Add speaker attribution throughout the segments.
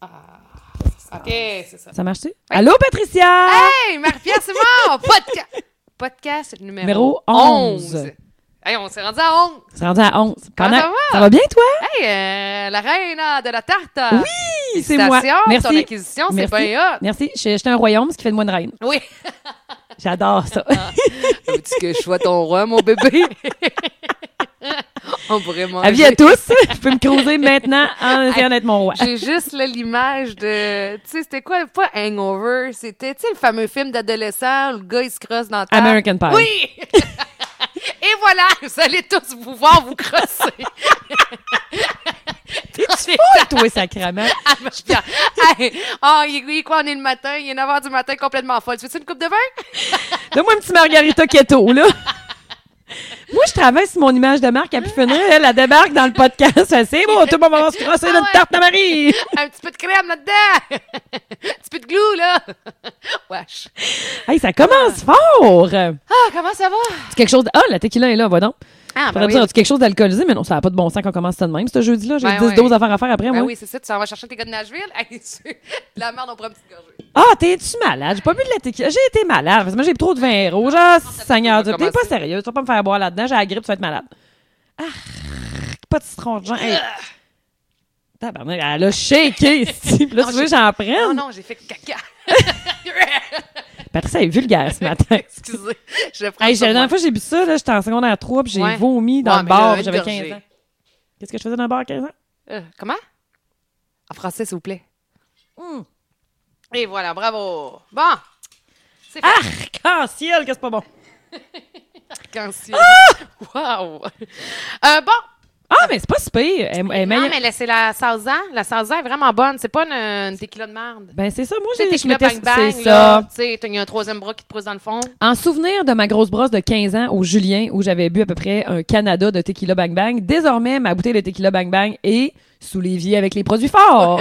Speaker 1: Ah, OK, c'est ça.
Speaker 2: Ça marche-tu? Allô, Patricia!
Speaker 1: Hey, Marie-Pierre, c'est moi! Podcast, podcast numéro,
Speaker 2: Numéro
Speaker 1: 11.
Speaker 2: 11.
Speaker 1: Hey, on s'est rendu à 11.
Speaker 2: C'est rendu à 11.
Speaker 1: Comment
Speaker 2: Pendant-
Speaker 1: Ah, ça va?
Speaker 2: Ça va bien, toi?
Speaker 1: Hey, euh, la reine euh, de la tarte.
Speaker 2: Oui, c'est moi.
Speaker 1: Merci. ton
Speaker 2: Merci.
Speaker 1: acquisition, c'est
Speaker 2: Merci.
Speaker 1: bien hot.
Speaker 2: Merci. J'ai acheté un royaume, ce qui fait de moi une reine.
Speaker 1: Oui.
Speaker 2: J'adore ça.
Speaker 1: Ah, Veux-tu que je sois ton roi, mon bébé? on pourrait manger.
Speaker 2: Avis à tous. Je peux me croiser maintenant en Internet, mon roi.
Speaker 1: J'ai juste là, l'image de. Tu sais, c'était quoi? Pas Hangover. C'était, tu sais, le fameux film d'adolescent où le gars, il se crosse dans la table.
Speaker 2: American Pie.
Speaker 1: Oui! Et voilà, vous allez tous pouvoir vous crosser. T'es
Speaker 2: Toi, sacrément.
Speaker 1: Pierre. Ah, Hey, oh, il est- il est quoi? On est le matin, il est 9h du matin, complètement folle. Tu veux-tu une coupe de vin?
Speaker 2: Donne-moi un petit margarita keto, là. Moi, je travaille sur mon image de marque à plus finir. Elle, elle débarque dans le podcast. Elle, C'est bon, tout le monde va se crosser
Speaker 1: Ah
Speaker 2: notre tarte à Marie.
Speaker 1: Un petit peu de crème là-dedans! un petit peu de glue, là! Wesh.
Speaker 2: Hey, ça commence fort. C'est
Speaker 1: Ah, comment ça va?
Speaker 2: quelque chose. de- Ah, la tequila est là, va donc.
Speaker 1: Ah,
Speaker 2: Faudrait dire, as-tu quelque chose d'alcoolisé, mais non, ça n'a pas de bon sens qu'on commence ça de même, ce jeudi-là. J'ai
Speaker 1: Ben
Speaker 2: 10
Speaker 1: ouais.
Speaker 2: doses d'affaires à faire après,
Speaker 1: Ben
Speaker 2: moi.
Speaker 1: oui, c'est ça, tu s'en vas chercher tes gars de Nashville. Hey, tu- de la merde, on prend une petite gorgée.
Speaker 2: Ah, t'es-tu malade? J'ai pas bu de la tequila. J'ai été malade. Parce que moi, j'ai bu trop de vin rouge. Ah, Seigneur Dieu. T'es pas
Speaker 1: commencer.
Speaker 2: sérieux. Tu vas pas me faire boire là-dedans. J'ai la grippe, tu vas être malade. Ah, pas de citron de gens. Hey. Tabarnak, elle a shaké, ici. Là,
Speaker 1: Non,
Speaker 2: tu veux que
Speaker 1: j'ai-
Speaker 2: j'en
Speaker 1: Non,
Speaker 2: prenne?
Speaker 1: non, j'ai fait caca.
Speaker 2: Patricia est vulgaire ce matin.
Speaker 1: Excusez. Je prends
Speaker 2: hey, j'ai-
Speaker 1: sur
Speaker 2: la
Speaker 1: moi.
Speaker 2: dernière fois que j'ai bu ça, là, j'étais en secondaire 3 puis j'ai
Speaker 1: Ouais.
Speaker 2: vomi dans
Speaker 1: Ouais,
Speaker 2: le
Speaker 1: mais là,
Speaker 2: bar.
Speaker 1: une
Speaker 2: J'avais 15
Speaker 1: gorgée.
Speaker 2: ans. Qu'est-ce que je faisais dans le bar à 15 ans?
Speaker 1: Euh, comment? En français, s'il vous plaît.
Speaker 2: Hmm.
Speaker 1: Et voilà, bravo. Bon. C'est fait.
Speaker 2: Arc en ciel, que c'est pas bon.
Speaker 1: Arc-en-ciel. Ah! Wow. Euh, bon.
Speaker 2: Ah, mais c'est pas si pire. Elle- elle est
Speaker 1: non,
Speaker 2: meilleure-
Speaker 1: mais là, c'est la salsa. La salsa est vraiment bonne. C'est pas une, une tequila de merde.
Speaker 2: Ben, c'est ça. Moi,
Speaker 1: Tu sais,
Speaker 2: j'ai je
Speaker 1: tequila
Speaker 2: m'étais-
Speaker 1: bang-bang,
Speaker 2: C'est ça.
Speaker 1: là. Tu sais, il y a un troisième bras qui te pousse dans le fond.
Speaker 2: En souvenir de ma grosse brosse de 15 ans au Julien, où j'avais bu à peu près un Canada de tequila Bang Bang, désormais, ma bouteille de tequila Bang Bang est sous l'évier avec les produits forts.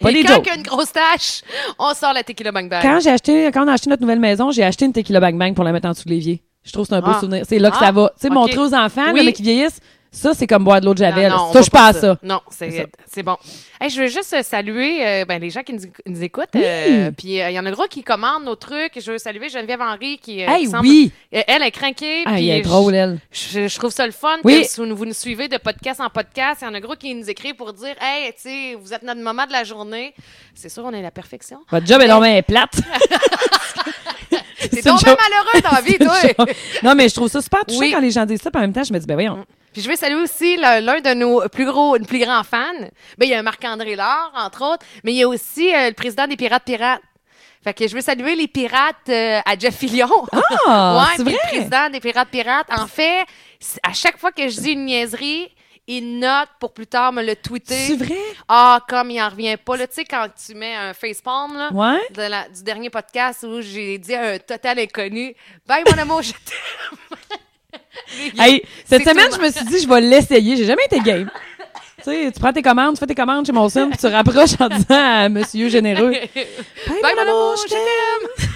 Speaker 2: pas
Speaker 1: Et
Speaker 2: des
Speaker 1: quand
Speaker 2: jokes.
Speaker 1: il y a une grosse tache, on sort la tequila bang bang.
Speaker 2: Quand j'ai acheté, quand on a acheté notre nouvelle maison, j'ai acheté une tequila Bang Bang pour la mettre en dessous de l'évier. Je trouve que c'est un beau
Speaker 1: Ah.
Speaker 2: souvenir. C'est là que ça
Speaker 1: Ah.
Speaker 2: va. Tu sais,
Speaker 1: Ok.
Speaker 2: montrer aux enfants, là,
Speaker 1: Oui.
Speaker 2: mais qui vieillissent, ça, c'est comme boire de l'eau de Javel.
Speaker 1: Non, non, on
Speaker 2: ça,
Speaker 1: va
Speaker 2: je
Speaker 1: pas
Speaker 2: pense ça.
Speaker 1: Non,
Speaker 2: C'est ça.
Speaker 1: c'est c'est bon. Hey, je veux juste euh, saluer euh, ben, les gens qui nous, nous écoutent.
Speaker 2: Oui.
Speaker 1: euh, Puis euh, il y en a gros qui commandent nos trucs. Je veux saluer Geneviève Henry qui, euh,
Speaker 2: Hey,
Speaker 1: qui semble-
Speaker 2: oui!
Speaker 1: Euh, Elle est craquée.
Speaker 2: Ah,
Speaker 1: puis
Speaker 2: il est
Speaker 1: je-
Speaker 2: drôle, elle.
Speaker 1: Je, je trouve ça le fun
Speaker 2: Oui.
Speaker 1: que vous, vous nous suivez de podcast en podcast. Il y en a gros qui nous écrivent pour dire Hey, tu sais, vous êtes notre moment de la journée. C'est sûr, on est la perfection.
Speaker 2: Votre job est donc bien plate.
Speaker 1: T'es
Speaker 2: C'est une
Speaker 1: tombé
Speaker 2: joke.
Speaker 1: malheureux dans la vie, toi.
Speaker 2: C'est une joke. Non, mais je trouve ça super touchant
Speaker 1: Oui.
Speaker 2: quand les gens disent ça, puis en même temps, je me dis, ben voyons.
Speaker 1: Puis je vais saluer aussi le- l'un de nos plus gros, plus grands fans. Ben, il y a Marc-André Laure, entre autres, mais il y a aussi euh, le président des Pirates Pirates. Fait que je veux saluer les pirates euh, à Jeff Fillion.
Speaker 2: Ah,
Speaker 1: ouais,
Speaker 2: c'est
Speaker 1: puis
Speaker 2: vrai?
Speaker 1: le président des Pirates Pirates. En fait, c- à chaque fois que je dis une niaiserie, il note pour plus tard me le
Speaker 2: C'est
Speaker 1: tweeter.
Speaker 2: vrai?
Speaker 1: Ah, comme il en revient pas. Là, tu sais, quand tu mets un facepalm, là,
Speaker 2: Ouais.
Speaker 1: de la- du dernier podcast où j'ai dit à un total inconnu, bye mon amour, je t'aime.
Speaker 2: Hey, cette
Speaker 1: C'est
Speaker 2: semaine,
Speaker 1: tout.
Speaker 2: je me suis dit, je vais l'essayer. J'ai jamais été game. tu sais, tu prends tes commandes, tu fais tes commandes chez mon son, puis tu rapproches en disant à Monsieur Généreux. Hey,
Speaker 1: Bye, mon
Speaker 2: mon amour,
Speaker 1: amour,
Speaker 2: je
Speaker 1: je
Speaker 2: t'aime.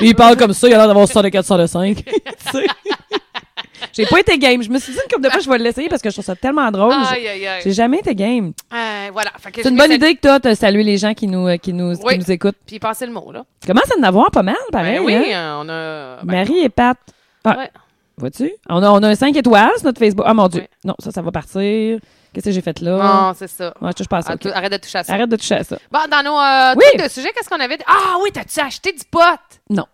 Speaker 2: Il parle comme ça, il a l'air d'avoir 100 de 400 de 5. Tu sais. J'ai pas été game. Je me suis dit une couple de fois, je vais l'essayer parce que je trouve ça tellement drôle.
Speaker 1: Aïe, aïe, aïe.
Speaker 2: J'ai jamais été game.
Speaker 1: Euh, voilà. Fait que
Speaker 2: C'est
Speaker 1: je
Speaker 2: une
Speaker 1: vais
Speaker 2: bonne
Speaker 1: saluer-
Speaker 2: idée que toi, t'as salué les gens qui nous, euh, qui nous, qui
Speaker 1: Oui.
Speaker 2: nous écoutent.
Speaker 1: Puis passer le mot, là.
Speaker 2: Tu commences à en avoir pas mal, pareil.
Speaker 1: Ben oui, euh,
Speaker 2: hein?
Speaker 1: on a. ben,
Speaker 2: Marie et Pat. Ah,
Speaker 1: ouais.
Speaker 2: Vois-tu? On a, on a un 5 étoiles sur notre Facebook. Ah, mon Dieu.
Speaker 1: Ouais.
Speaker 2: Non, ça, ça va partir. Qu'est-ce que j'ai fait là?
Speaker 1: Non, Ah, c'est ça.
Speaker 2: Ouais, je touche pas à ça.
Speaker 1: Arrête-
Speaker 2: ok.
Speaker 1: Arrête de toucher à ça.
Speaker 2: Arrête de toucher à ça.
Speaker 1: Bon, dans nos euh,
Speaker 2: Oui.
Speaker 1: trucs de sujet, qu'est-ce qu'on avait dit? Ah oui, t'as-tu acheté du pot?
Speaker 2: Non.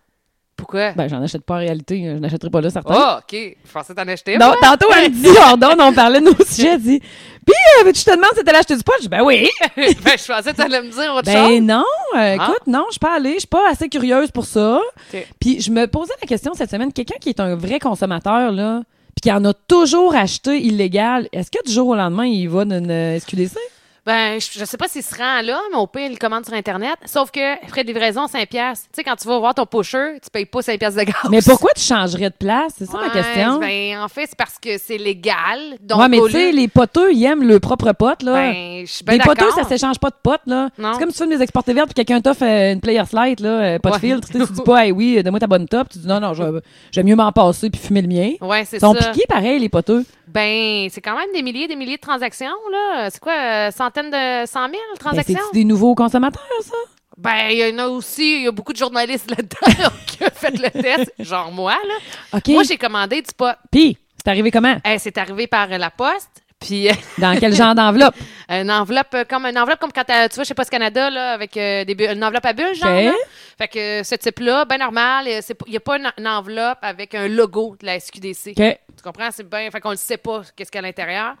Speaker 1: Pourquoi?
Speaker 2: Ben, j'en achète pas en réalité. Je n'achèterai pas là, certainement.
Speaker 1: Ah, OK. Je pensais t'en acheter.
Speaker 2: Non,
Speaker 1: moi.
Speaker 2: tantôt, elle me dit, Ordon, on parlait de nos sujets. Elle dit, puis, euh, veux-tu que je te demande si t'allais acheter du pot? Je dis, ben oui.
Speaker 1: ben, je pensais que t'allais me dire autre chose.
Speaker 2: Ben non, euh,
Speaker 1: Ah.
Speaker 2: écoute, non, je suis pas allée, je suis pas assez curieuse pour ça.
Speaker 1: Ok.
Speaker 2: Puis je me posais la question cette semaine, quelqu'un qui est un vrai consommateur là, puis qui en a toujours acheté illégal, est-ce que du jour au lendemain il va dans une SQDC
Speaker 1: Ben, je, je sais pas s'il se rend là, mais au pire, il le commande sur Internet. Sauf que frais de livraison, 5$. piastres. Tu sais, quand tu vas voir ton pusher, tu payes pas 5$ piastres de gaz.
Speaker 2: Mais pourquoi tu changerais de place C'est ça ma
Speaker 1: Ouais,
Speaker 2: question.
Speaker 1: Ben, en fait, c'est parce que c'est légal. Donc,
Speaker 2: ouais, mais
Speaker 1: au
Speaker 2: tu sais,
Speaker 1: lieu-
Speaker 2: les poteux, ils aiment le propre pote là.
Speaker 1: Ben, je suis bien
Speaker 2: les
Speaker 1: d'accord.
Speaker 2: poteux, ça s'échange pas de potes, là.
Speaker 1: Non.
Speaker 2: C'est comme si tu fais des exportés vertes puis quelqu'un t'offre euh, une player slide, là, euh, pas de
Speaker 1: Ouais.
Speaker 2: filtre. Tu sais, tu dis pas, hey, oui, euh, donne-moi ta bonne top. Tu dis, non, non, je- j'aime mieux m'en passer puis fumer le mien.
Speaker 1: Ouais, c'est
Speaker 2: Ils sont
Speaker 1: ça.
Speaker 2: piqués pareil, les poteux.
Speaker 1: Ben, c'est quand même des milliers et des milliers de transactions, là. C'est quoi, euh, centaines de, cent mille
Speaker 2: Ben,
Speaker 1: transactions?
Speaker 2: C'est-tu des nouveaux consommateurs, ça?
Speaker 1: Ben, il y en a aussi, il y a beaucoup de journalistes là-dedans qui ont fait le test, genre moi, là.
Speaker 2: OK.
Speaker 1: Moi, j'ai commandé du pot.
Speaker 2: Puis, c'est arrivé comment?
Speaker 1: Eh, c'est arrivé par euh, la poste, puis euh,
Speaker 2: Dans quel genre d'enveloppe?
Speaker 1: une enveloppe euh, comme une enveloppe comme quand euh, tu vas chez Post Canada là avec euh, des bu- une enveloppe à bulles genre.
Speaker 2: OK.
Speaker 1: là. Fait que euh, ce type là, ben normal, euh, c'est pas- il y a pas une, une enveloppe avec un logo de la SQDC.
Speaker 2: OK.
Speaker 1: Tu comprends, c'est bien, fait qu'on le sait pas qu'est-ce qu'il y a à l'intérieur.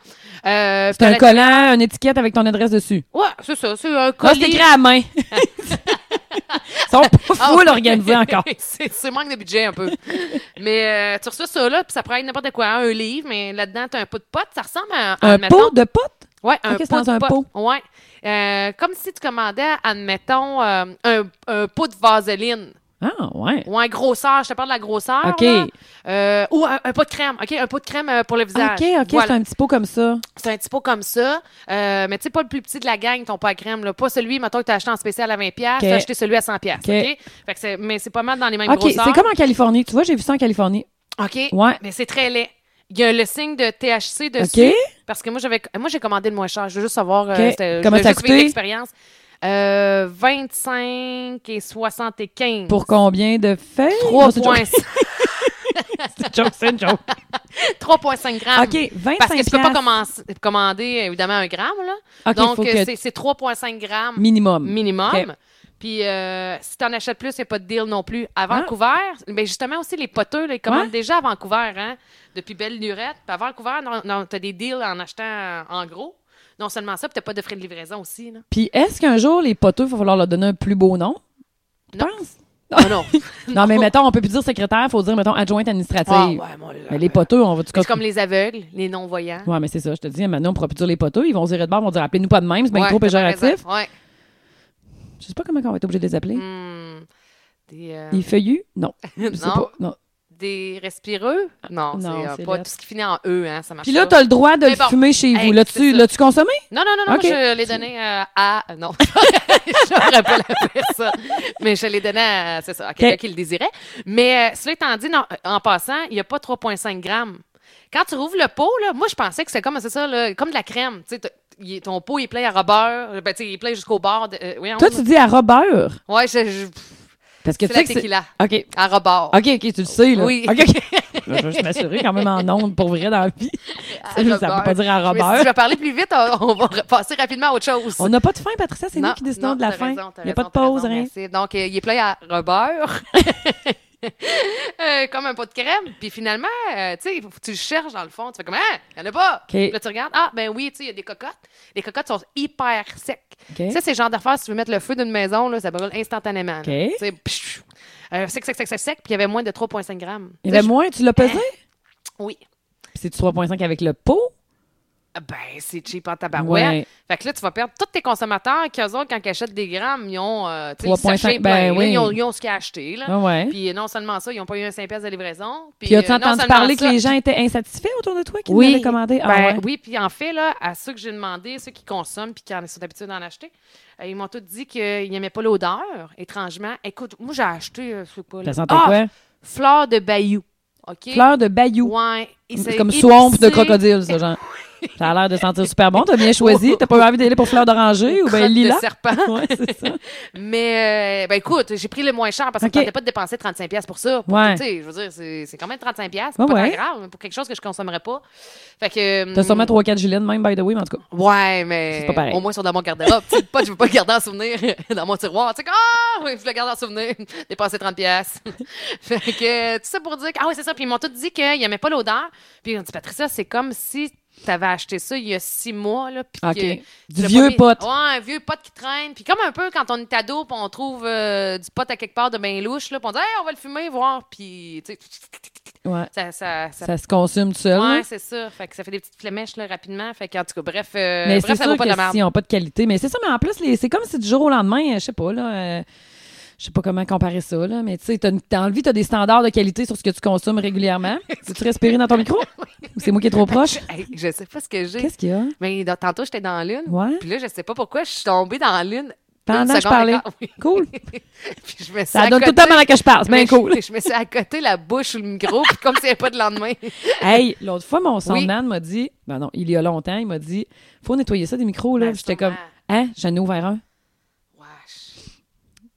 Speaker 1: Euh,
Speaker 2: C'est
Speaker 1: puis à
Speaker 2: un
Speaker 1: la-
Speaker 2: collant, une étiquette avec ton adresse dessus.
Speaker 1: Ouais, c'est ça, c'est un
Speaker 2: Là, c'est
Speaker 1: colis.
Speaker 2: écrit à la main. Ils sont pas
Speaker 1: Ah,
Speaker 2: full organisés encore.
Speaker 1: c'est c'est manque de budget un peu. mais euh, tu reçois ça là, puis ça pourrait être n'importe quoi, un livre, mais là-dedans t'as un pot de potes, ça ressemble à, à,
Speaker 2: Un
Speaker 1: admettons,
Speaker 2: pot de potes?
Speaker 1: Ouais, un
Speaker 2: Ok, c'est
Speaker 1: pot
Speaker 2: dans
Speaker 1: de
Speaker 2: un
Speaker 1: pot.
Speaker 2: pot.
Speaker 1: Ouais. Euh, comme si tu commandais, admettons, euh, un, un pot de vaseline.
Speaker 2: Ah, ouais.
Speaker 1: Ou un grosseur, je te parle de la grosseur.
Speaker 2: OK.
Speaker 1: là. Euh, ou un, un pot de crème. OK, un pot de crème euh, pour le visage.
Speaker 2: Ah, OK, OK, c'est
Speaker 1: Voilà.
Speaker 2: un petit pot comme ça.
Speaker 1: C'est un petit pot comme ça. Euh, mais tu sais, pas le plus petit de la gang, ton pot à crème. Là. Pas celui, mettons, que tu as acheté en spécial à 20$, pièces,
Speaker 2: OK.
Speaker 1: t'as acheté celui à 100$. pièces,
Speaker 2: OK.
Speaker 1: OK? Fait que c'est- mais c'est pas mal dans les mêmes
Speaker 2: OK,
Speaker 1: grosseurs.
Speaker 2: c'est comme en Californie. Tu vois, j'ai vu ça en Californie.
Speaker 1: OK.
Speaker 2: Ouais.
Speaker 1: Mais c'est très laid. Il y a le signe de THC dessus.
Speaker 2: OK.
Speaker 1: Parce que moi, j'avais, moi, j'ai commandé le moins cher. Je veux juste savoir euh,
Speaker 2: OK.
Speaker 1: c'était- je
Speaker 2: Comment
Speaker 1: voulais
Speaker 2: ça a
Speaker 1: juste vivre
Speaker 2: coûté?
Speaker 1: l'expérience. Euh, 25 et 75.
Speaker 2: Pour combien de feuilles? Non, c'est une joke.
Speaker 1: 3,5
Speaker 2: C'est une joke, c'est une joke.
Speaker 1: 3,5 grammes.
Speaker 2: OK, 25
Speaker 1: Parce que tu peux pas
Speaker 2: piastres.
Speaker 1: commencer- commander, évidemment, un gramme. Là.
Speaker 2: OK,
Speaker 1: Donc,
Speaker 2: faut
Speaker 1: euh,
Speaker 2: que
Speaker 1: c'est, c'est 3,5 grammes
Speaker 2: minimum.
Speaker 1: minimum.
Speaker 2: OK.
Speaker 1: Puis, euh, si tu en achètes plus, il n'y a pas de deal non plus. À
Speaker 2: Hein?
Speaker 1: Vancouver, ben justement aussi, les poteux, là, ils commandent déjà à Vancouver, hein, depuis belle lurette. Puis à Vancouver, non, tu as des deals en achetant euh, en gros. Non seulement ça, puis tu n'as pas de frais de livraison aussi. Là.
Speaker 2: Puis est-ce qu'un jour, les poteux, il va falloir leur donner un plus beau nom? Tu
Speaker 1: Non.
Speaker 2: penses?
Speaker 1: Non, non.
Speaker 2: Ah, Non, mais mettons, on peut plus dire secrétaire, faut dire, mettons, adjointe administrative.
Speaker 1: Ah, ouais, moi, là,
Speaker 2: Mais les poteux, on va du
Speaker 1: C'est comme les aveugles, les non-voyants.
Speaker 2: Ouais, mais c'est ça, je te dis, maintenant, on pourra plus dire les poteux, ils vont se dire de bord, ils vont dire appelez-nous pas de même, c'est bien
Speaker 1: Ouais,
Speaker 2: trop
Speaker 1: t'as bien
Speaker 2: péjoratif.
Speaker 1: raison. Ouais.
Speaker 2: Je sais pas comment on va être obligé de les appeler.
Speaker 1: Hmm. Des, euh,
Speaker 2: Les feuillus? Non. Je sais
Speaker 1: Non. Ah,
Speaker 2: pas. Non.
Speaker 1: des respireux? Non,
Speaker 2: Non,
Speaker 1: c'est euh,
Speaker 2: c'est
Speaker 1: pas
Speaker 2: lettre.
Speaker 1: tout ce qui finit en E, hein, ça marche
Speaker 2: Puis là,
Speaker 1: pas.
Speaker 2: t'as le droit de
Speaker 1: Mais
Speaker 2: le
Speaker 1: bon.
Speaker 2: fumer chez
Speaker 1: Hey,
Speaker 2: vous. L'as-tu
Speaker 1: c'est ça.
Speaker 2: l'as-tu consommé?
Speaker 1: Non, non, non, non,
Speaker 2: Ok.
Speaker 1: je l'ai donné euh, à... Non, j'aurais pas fait ça. Mais je l'ai donné à... C'est ça, à quelqu'un
Speaker 2: Ok.
Speaker 1: qui le désirait. Mais euh, cela étant dit, non, en passant, il n'y a pas 3,5 grammes. Quand tu rouvres le pot, là, moi, je pensais que c'est comme, c'est ça, là, comme de la crème. Tu sais, t'as- il est- ton pot, il est plein à rebord. Ben, tu sais, il est plein jusqu'au bord. de- euh, oui, on-
Speaker 2: Toi, tu dis à Robert.
Speaker 1: Ouais, je... je-
Speaker 2: Parce
Speaker 1: C'est
Speaker 2: que tu sais
Speaker 1: la
Speaker 2: que c'est.
Speaker 1: tequila.
Speaker 2: OK.
Speaker 1: À rebord.
Speaker 2: OK, OK, tu le sais, là.
Speaker 1: Oui.
Speaker 2: OK, OK. je vais juste m'assurer quand même en ondes pour vrai dans la vie. Ça,
Speaker 1: ne
Speaker 2: ça peut pas dire à
Speaker 1: Si je
Speaker 2: Robert.
Speaker 1: vais parler plus vite, on, on va passer rapidement à autre chose.
Speaker 2: On n'a pas de fin, Patricia, c'est nous
Speaker 1: Non,
Speaker 2: qui décidons
Speaker 1: non,
Speaker 2: de la
Speaker 1: t'as
Speaker 2: fin.
Speaker 1: raison, t'as
Speaker 2: Il n'y a pas de
Speaker 1: raison, t'as
Speaker 2: pause,
Speaker 1: raison,
Speaker 2: rien.
Speaker 1: merci. Donc, euh, il est plein à rebord. Euh, comme un pot de crème. Puis finalement, euh, tu sais, il faut que tu le cherches dans le fond. Tu fais comme, ah, il n'y en a pas.
Speaker 2: OK.
Speaker 1: Puis Là, tu regardes, ah, ben oui, tu sais, il y a des cocottes. Les cocottes sont hyper secs.
Speaker 2: OK.
Speaker 1: Ça, c'est le genre d'affaire, si tu veux mettre le feu d'une maison, là, ça brûle instantanément. là.
Speaker 2: OK.
Speaker 1: Tu sais, pshh. Euh, sec, sec, sec, sec, sec, puis il y avait moins de 3,5 grammes.
Speaker 2: Il
Speaker 1: Tu
Speaker 2: y
Speaker 1: sais,
Speaker 2: avait moins, tu l'as pesé?
Speaker 1: je- Oui.
Speaker 2: Puis c'est-tu 3,5 avec le pot?
Speaker 1: Ben, c'est cheap en tabarouette.
Speaker 2: Ouais.
Speaker 1: Fait que là, tu vas perdre tous tes consommateurs qui, eux autres, quand ils achètent des grammes, ils ont, euh, tu sais,
Speaker 2: 3,5,
Speaker 1: le sachet
Speaker 2: ben
Speaker 1: plein, là,
Speaker 2: oui.
Speaker 1: ils, ont, ils ont ce qu'ils ont acheté. Là.
Speaker 2: Ah ouais. Puis,
Speaker 1: Puis euh, non seulement ça, ils n'ont pas eu un 5 pièces de livraison. Puis,
Speaker 2: as-tu
Speaker 1: euh, non
Speaker 2: entendu
Speaker 1: seulement
Speaker 2: parler
Speaker 1: ça-
Speaker 2: que les gens étaient insatisfaits autour de toi qui
Speaker 1: Oui.
Speaker 2: l'avaient commandé? Ah
Speaker 1: Ben,
Speaker 2: ouais.
Speaker 1: Oui, puis en fait, là, à ceux que j'ai demandé, ceux qui consomment puis qui en sont habitués d'en acheter, euh, ils m'ont tous dit qu'ils n'aimaient pas l'odeur, étrangement. Écoute, moi, j'ai acheté, euh, je sais pas. là.
Speaker 2: T'as senti
Speaker 1: Ah,
Speaker 2: quoi?
Speaker 1: Fleur de bayou. OK?
Speaker 2: Fleur de bayou.
Speaker 1: Ouais. Et
Speaker 2: C'est
Speaker 1: c'est
Speaker 2: comme
Speaker 1: épicé.
Speaker 2: swamp de crocodile, ça, genre. Ça a l'air de sentir super bon. T'as bien choisi. T'as pas eu envie d'aller pour fleur d'oranger ou bien
Speaker 1: Crotte de
Speaker 2: lilas?
Speaker 1: serpent.
Speaker 2: Ouais, c'est ça.
Speaker 1: Mais, euh, ben écoute, j'ai pris le moins cher parce que
Speaker 2: Ok.
Speaker 1: je ne tentais pas de dépenser 35$ piastres pour ça. Pour-
Speaker 2: Ouais.
Speaker 1: Tu sais, je veux dire, c'est c'est quand même 35$, piastres,
Speaker 2: Ouais,
Speaker 1: c'est pas
Speaker 2: ouais.
Speaker 1: très grave, pour quelque chose que je consommerais pas. Fait que.
Speaker 2: T'as
Speaker 1: hum,
Speaker 2: sûrement 3-4 Julien même, by the way, mais en tout cas.
Speaker 1: Ouais, mais
Speaker 2: C'est pas pareil.
Speaker 1: au moins ils sont dans mon garde-robe. Tu sais, pas, je veux pas le garder en souvenir dans mon tiroir. Tu sais, que, ah, oui, je le garde en souvenir. Dépenser 30 pièces. fait que, tout ça pour dire que, ah oui, c'est ça. Puis ils m'ont tous dit qu'ils n'aimaient pas l'odeur. Puis ils ont dit, Patricia, c'est comme si t'avais acheté ça il y a six mois, là. Puis
Speaker 2: Ah, OK.
Speaker 1: que-
Speaker 2: Du
Speaker 1: le
Speaker 2: vieux
Speaker 1: premier-
Speaker 2: pote.
Speaker 1: Ouais, un vieux pote qui traîne. Puis comme un peu quand on est ado, puis on trouve euh, du pote à quelque part de bien louche, là. Puis on dit, Hey, on va le fumer, voir. Puis, tu sais,
Speaker 2: Ouais.
Speaker 1: ça, ça, Oh. ça
Speaker 2: Ça se consume tout seul. là.
Speaker 1: Ouais, c'est ça. Fait que ça fait des petites flemèches là, rapidement. Fait que, en tout cas, bref, euh,
Speaker 2: mais c'est
Speaker 1: bref ça vaut
Speaker 2: sûr
Speaker 1: pas de la
Speaker 2: que
Speaker 1: merde.
Speaker 2: s'ils n'ont pas de qualité. Mais c'est ça, mais en plus, les- c'est comme si du jour au lendemain, euh, je sais pas, là. euh, je sais pas comment comparer ça, là, mais tu sais, t'as une- t'as- dans la vie, tu as des standards de qualité sur ce que tu consommes régulièrement. Veux-tu respirer dans ton micro? Ou c'est moi qui est trop proche?
Speaker 1: Hey, je sais pas ce que j'ai.
Speaker 2: Qu'est-ce qu'il y a?
Speaker 1: Mais dans- tantôt, j'étais dans la lune.
Speaker 2: Ouais.
Speaker 1: Puis là, je sais pas pourquoi, je suis tombée dans la lune
Speaker 2: Pendant
Speaker 1: Une
Speaker 2: que je
Speaker 1: seconde
Speaker 2: parlais.
Speaker 1: encore, oui.
Speaker 2: Cool.
Speaker 1: Puis je me suis
Speaker 2: Ça
Speaker 1: à
Speaker 2: donne tout le
Speaker 1: côté-
Speaker 2: temps pendant que je parle. C'est bien
Speaker 1: mais je-
Speaker 2: cool.
Speaker 1: Je me suis à côté la bouche ou le micro, puis comme s'il n'y avait pas de lendemain.
Speaker 2: Hey, l'autre fois, mon soundman m'a dit, ben non, il y a longtemps, il m'a dit, faut nettoyer ça des micros, là.
Speaker 1: Ben,
Speaker 2: J'étais comme,
Speaker 1: sûrement.
Speaker 2: hein, j'en ai ouvert un.
Speaker 1: Wesh.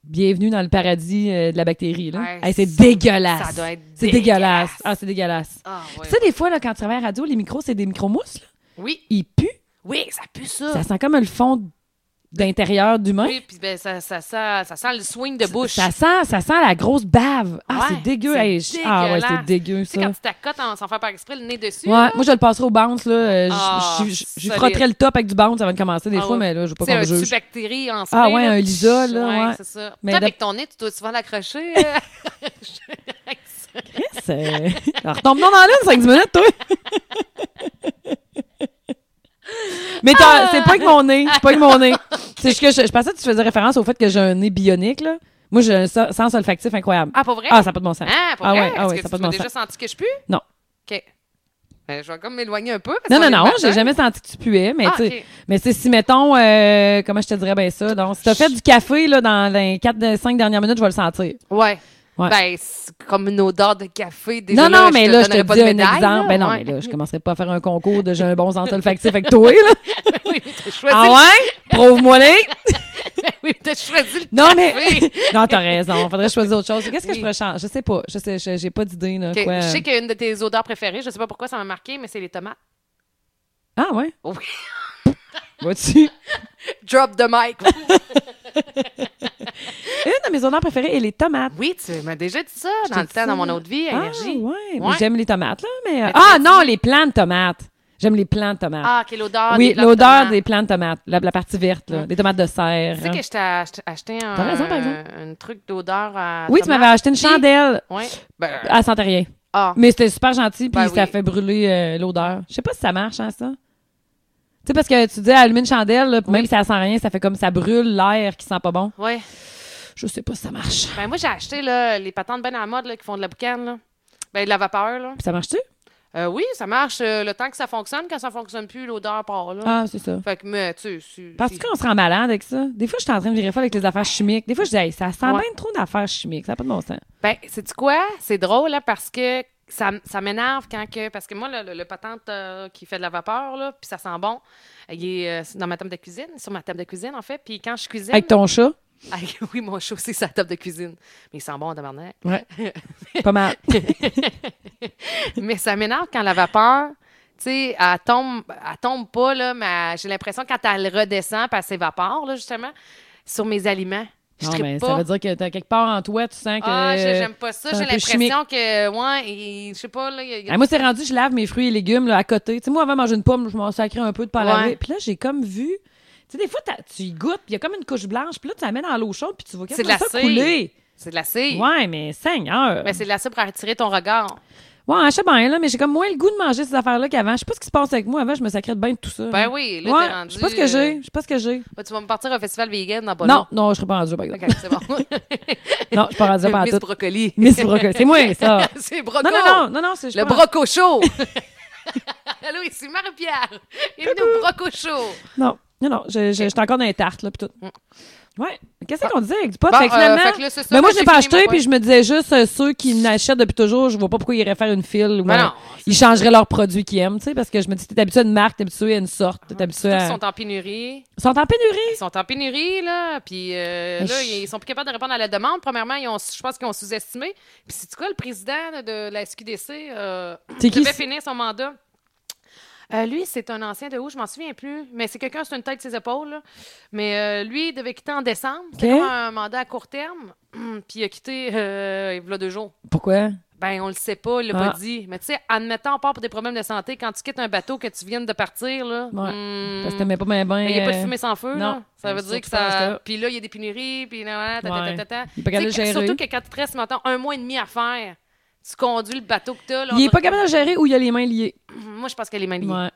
Speaker 2: Bienvenue dans le paradis euh, de la bactérie, là.
Speaker 1: Ouais,
Speaker 2: Hey, c'est
Speaker 1: ça-
Speaker 2: dégueulasse.
Speaker 1: ça doit être
Speaker 2: C'est
Speaker 1: dégueulasse.
Speaker 2: dégueulasse. Ah, c'est dégueulasse.
Speaker 1: Ah, ouais.
Speaker 2: Tu sais, des fois, là, quand tu travailles à radio, les micros, c'est des micros mousses, là.
Speaker 1: Oui,
Speaker 2: Ils puent.
Speaker 1: oui, ça pue ça.
Speaker 2: Ça sent comme le fond d'intérieur d'humain.
Speaker 1: Ah. Oui, puis ben, ça, ça, sent- ça sent le swing de bouche.
Speaker 2: Ça sent, ça sent la grosse bave. Ah,
Speaker 1: Ouais,
Speaker 2: c'est dégueu.
Speaker 1: c'est
Speaker 2: Hey, je- Ah, ouais, c'est
Speaker 1: dégueulasse.
Speaker 2: dégueu,
Speaker 1: Tu sais,
Speaker 2: ça.
Speaker 1: quand tu t'accotes en- sans faire par exprès le nez dessus.
Speaker 2: Ouais,
Speaker 1: là,
Speaker 2: moi, je le passerai au bounce, là. Euh, je-
Speaker 1: Ah,
Speaker 2: je- je- Je lui
Speaker 1: solide.
Speaker 2: frotterais le top avec du bounce avant de commencer, des
Speaker 1: Ah
Speaker 2: fois,
Speaker 1: ouais.
Speaker 2: mais là, je veux pas
Speaker 1: tu sais, un
Speaker 2: qu'on me
Speaker 1: tube
Speaker 2: juge.
Speaker 1: bactérie en
Speaker 2: Ah ouais,
Speaker 1: spray,
Speaker 2: un
Speaker 1: puis-
Speaker 2: Lisa, là, ouais.
Speaker 1: c'est ça.
Speaker 2: Mais
Speaker 1: Toi,
Speaker 2: de-
Speaker 1: avec ton nez, tu dois souvent l'accrocher. euh,
Speaker 2: C'est- Alors, retombe-nous dans l'une 5 minutes, toi! Mais
Speaker 1: Ah!
Speaker 2: t'as- c'est pas que mon nez, c'est pas que mon nez. C'est juste que je, je pensais que tu faisais référence au fait que j'ai un nez bionique, là. Moi, j'ai un so- sens olfactif incroyable.
Speaker 1: Ah, pas vrai?
Speaker 2: Ah, ça n'a pas de bon sens.
Speaker 1: Ah, pour
Speaker 2: Ah
Speaker 1: vrai?
Speaker 2: ouais, ah
Speaker 1: Est-ce
Speaker 2: ouais,
Speaker 1: que
Speaker 2: ça a
Speaker 1: tu
Speaker 2: pas de
Speaker 1: m'as
Speaker 2: bon
Speaker 1: déjà senti que je pue?
Speaker 2: Non.
Speaker 1: OK. Ben, je vais comme m'éloigner un peu. Parce
Speaker 2: Non,
Speaker 1: qu'on
Speaker 2: non,
Speaker 1: est le
Speaker 2: non,
Speaker 1: matin.
Speaker 2: j'ai jamais senti que tu puais, mais
Speaker 1: Ah,
Speaker 2: tu sais,
Speaker 1: ok.
Speaker 2: mais tu sais, si mettons, euh, comment je te dirais bien ça, donc, si t'as fait du café, là, dans les 4, 5 dernières minutes, je vais le sentir.
Speaker 1: Ouais.
Speaker 2: Ouais.
Speaker 1: Ben, c'est comme une odeur de café. Déjà,
Speaker 2: Non, non, mais
Speaker 1: te
Speaker 2: là, je te
Speaker 1: donnerais pas
Speaker 2: dis
Speaker 1: de
Speaker 2: un
Speaker 1: médaille,
Speaker 2: exemple. Ben non, mais là, je commencerai pas à faire un concours de j'ai un bon sens olfactif avec toi, là.
Speaker 1: oui, mais t'as choisi,
Speaker 2: Ah ouais? Prouve-moi les!
Speaker 1: le- oui, t'as choisi le
Speaker 2: Non, mais.
Speaker 1: café.
Speaker 2: non, t'as raison. Faudrait choisir autre chose. Qu'est-ce que je
Speaker 1: Ah Oui.
Speaker 2: pourrais changer? Je sais pas. Je sais, je- j'ai pas d'idée, là.
Speaker 1: Ok,
Speaker 2: quoi.
Speaker 1: Je sais qu'une de tes odeurs préférées, je sais pas pourquoi ça m'a marqué, mais c'est les tomates.
Speaker 2: Ah, ouais?
Speaker 1: Oui.
Speaker 2: Vois-tu?
Speaker 1: Drop the mic.
Speaker 2: Une de mes odeurs préférées est les tomates.
Speaker 1: oui, tu m'as déjà dit ça
Speaker 2: t'ai
Speaker 1: dans le
Speaker 2: dit
Speaker 1: temps,
Speaker 2: ça.
Speaker 1: dans mon autre vie, à
Speaker 2: Ah,
Speaker 1: énergie.
Speaker 2: ouais. mais
Speaker 1: Ouais.
Speaker 2: J'aime les tomates, là. Mais...
Speaker 1: Mais tu m'as
Speaker 2: ah, non, les plants de tomates. J'aime les plants de tomates.
Speaker 1: Ah, quelle odeur.
Speaker 2: oui,
Speaker 1: des plantes
Speaker 2: l'odeur
Speaker 1: tomates.
Speaker 2: des plants de tomates. La, la partie verte, là. Des tomates de serre. hein.
Speaker 1: Tu sais que je t'ai ach- acheté un,
Speaker 2: T'as raison, par exemple.
Speaker 1: un truc d'odeur à.
Speaker 2: Oui, tu m'avais acheté une chandelle.
Speaker 1: Oui. Ben,
Speaker 2: Elle sentait rien.
Speaker 1: ah.
Speaker 2: Mais c'était super gentil, puis
Speaker 1: Ben
Speaker 2: ça
Speaker 1: oui.
Speaker 2: fait brûler euh, l'odeur. Je sais pas si ça marche, hein, ça. Tu sais, parce que tu dis allumer une chandelle, là, puis même si ça sent rien, ça fait comme ça brûle l'air qui sent pas bon.
Speaker 1: Ouais.
Speaker 2: Je sais pas si ça marche.
Speaker 1: Ben, moi, j'ai acheté là, les patentes bien à la mode là, qui font de la boucane. Là. Ben, de la vapeur. Là.
Speaker 2: Ça marche-tu?
Speaker 1: Euh, oui, ça marche euh, le temps que ça fonctionne. Quand ça fonctionne plus, l'odeur part. Là.
Speaker 2: Ah, c'est ça.
Speaker 1: Fait que, mais, tu sais, si-
Speaker 2: Parce
Speaker 1: si-
Speaker 2: qu'on se rend malade avec ça. Des fois, je suis en train de virer folle avec les affaires chimiques. Des fois, je dis, hey, ça sent
Speaker 1: Ouais.
Speaker 2: bien trop d'affaires chimiques. Ça n'a pas de bon sens.
Speaker 1: Ben, c'est quoi? C'est drôle, là, parce que ça, m- ça m'énerve quand que. Parce que moi, le, le- le patente euh, qui fait de la vapeur, là, puis ça sent bon, il est euh, dans ma table de cuisine, sur ma table de cuisine, en fait. Puis quand je cuisine.
Speaker 2: Avec ton chat,
Speaker 1: Ah, oui, mon chat aussi, c'est la table de cuisine. Mais il sent bon, tabarnak.
Speaker 2: pas mal.
Speaker 1: mais ça m'énerve quand la vapeur, tu sais, elle tombe, elle tombe pas, là, mais elle- j'ai l'impression quand elle redescend, puis elle s'évapore, là, justement, sur mes aliments. Je
Speaker 2: non,
Speaker 1: trippe
Speaker 2: mais
Speaker 1: pas.
Speaker 2: ça veut dire que t'as quelque part en toi, tu sens que.
Speaker 1: Ah, j'ai- j'aime pas ça.
Speaker 2: c'est un
Speaker 1: J'ai
Speaker 2: peu chimique.
Speaker 1: l'impression que, ouais, et- je sais pas, là, il y a- il y a-
Speaker 2: Ah, moi, c'est rendu, je lave mes fruits et légumes là, à côté. Tu sais, moi, avant de manger une pomme, je m'en sacrais un peu de pas
Speaker 1: Ouais.
Speaker 2: laver. Puis là, j'ai comme vu. Tu sais, des fois, t'as- tu y goûtes, puis il y a comme une couche blanche, puis là, tu la mets dans l'eau chaude, puis tu vois
Speaker 1: C'est de
Speaker 2: quasiment
Speaker 1: la
Speaker 2: ça
Speaker 1: cire.
Speaker 2: couler.
Speaker 1: c'est de la cire.
Speaker 2: Ouais, mais seigneur.
Speaker 1: Mais Ben, c'est de la cire pour attirer ton regard.
Speaker 2: Ouais, je sais bien, là, mais j'ai comme moins le goût de manger ces affaires-là qu'avant. Je sais pas ce qui se passe avec moi. Avant, je me sacrais de bain de tout ça.
Speaker 1: Ben oui, là,
Speaker 2: Ouais,
Speaker 1: t'es rendu.
Speaker 2: Je sais pas ce que j'ai.
Speaker 1: euh,
Speaker 2: Je sais pas ce que j'ai.
Speaker 1: bah, tu vas me partir à un festival vegan dans pas
Speaker 2: Non, non, je serais pas rendue, par
Speaker 1: long.
Speaker 2: exemple.
Speaker 1: Ok, c'est bon.
Speaker 2: Non, je suis pas rendue pas à
Speaker 1: Miss
Speaker 2: tout.
Speaker 1: Brocoli.
Speaker 2: Miss Brocoli. C'est moi, ça.
Speaker 1: c'est Broco.
Speaker 2: Non, non, non, non, non, c'est je
Speaker 1: Le
Speaker 2: suis pas-
Speaker 1: broco chaud! Allô, ici Marie-Pierre! Bienvenue au broco chaud!
Speaker 2: Non, non, non, je, je, j'étais encore dans les tartes, là, pis tout. Ouais. Qu'est-ce qu'on disait avec du pot?
Speaker 1: Mm. Bon,
Speaker 2: fait que
Speaker 1: euh,
Speaker 2: finalement,
Speaker 1: fait que là, c'est ça,
Speaker 2: ben moi,
Speaker 1: là,
Speaker 2: je
Speaker 1: j'ai
Speaker 2: l'ai pas
Speaker 1: fini mon
Speaker 2: acheté,
Speaker 1: point.
Speaker 2: puis je me disais juste, euh, ceux qui l'achètent depuis toujours, je vois pas pourquoi ils iraient faire une file. ou,
Speaker 1: Ben
Speaker 2: euh,
Speaker 1: non,
Speaker 2: ils changeraient leurs produits qu'ils aiment, tu sais, parce que je me dis, t'es habitué à une marque, t'es habitué à une sorte, t'es habitué
Speaker 1: Ceux qui
Speaker 2: à...
Speaker 1: Ah, sont en pénurie.
Speaker 2: Ils sont en pénurie.
Speaker 1: Ils sont en pénurie, là. Puis euh,
Speaker 2: Mais
Speaker 1: là,
Speaker 2: je-
Speaker 1: ils sont plus capables de répondre à la demande. Premièrement, ils ont, je pense qu'ils ont sous-estimé. Puis c'est quoi, le président de la SQDC euh,
Speaker 2: C'est qui,
Speaker 1: devait
Speaker 2: c'est-
Speaker 1: finir son mandat. Euh, lui, c'est un ancien de où, je m'en souviens plus, mais c'est quelqu'un sur une tête de ses épaules. là. Mais euh, lui, il devait quitter en décembre. C'était
Speaker 2: Ok.
Speaker 1: comme un mandat à court terme. Puis il a quitté euh, il y a deux jours.
Speaker 2: Pourquoi?
Speaker 1: Ben, on le sait pas, il l'a
Speaker 2: Ah.
Speaker 1: pas dit. Mais tu sais, admettons, on part pour des problèmes de santé, quand tu quittes un bateau que tu viens de partir, là.
Speaker 2: Ouais.
Speaker 1: hmm,
Speaker 2: Parce que t'aimais pas bien, ben.
Speaker 1: mais il n'y a pas de
Speaker 2: euh,
Speaker 1: fumée sans feu,
Speaker 2: non.
Speaker 1: là. Ça
Speaker 2: Ben,
Speaker 1: veut
Speaker 2: surtout
Speaker 1: dire que
Speaker 2: pas dans ce cas-là.
Speaker 1: ça. Puis là, il y a des pénuries, puis là, là, ta, ta,
Speaker 2: Ouais.
Speaker 1: ta, ta, ta.
Speaker 2: Il est pas capable de
Speaker 1: Tu sais,
Speaker 2: gérer.
Speaker 1: Surtout que quand tu te reste, mettons, un mois et demi à faire, tu conduis le bateau que t'as, là.
Speaker 2: Il est
Speaker 1: on-
Speaker 2: pas capable de gérer ou il a les mains liées.
Speaker 1: Moi, je pense qu'elle est maniée.
Speaker 2: Ouais.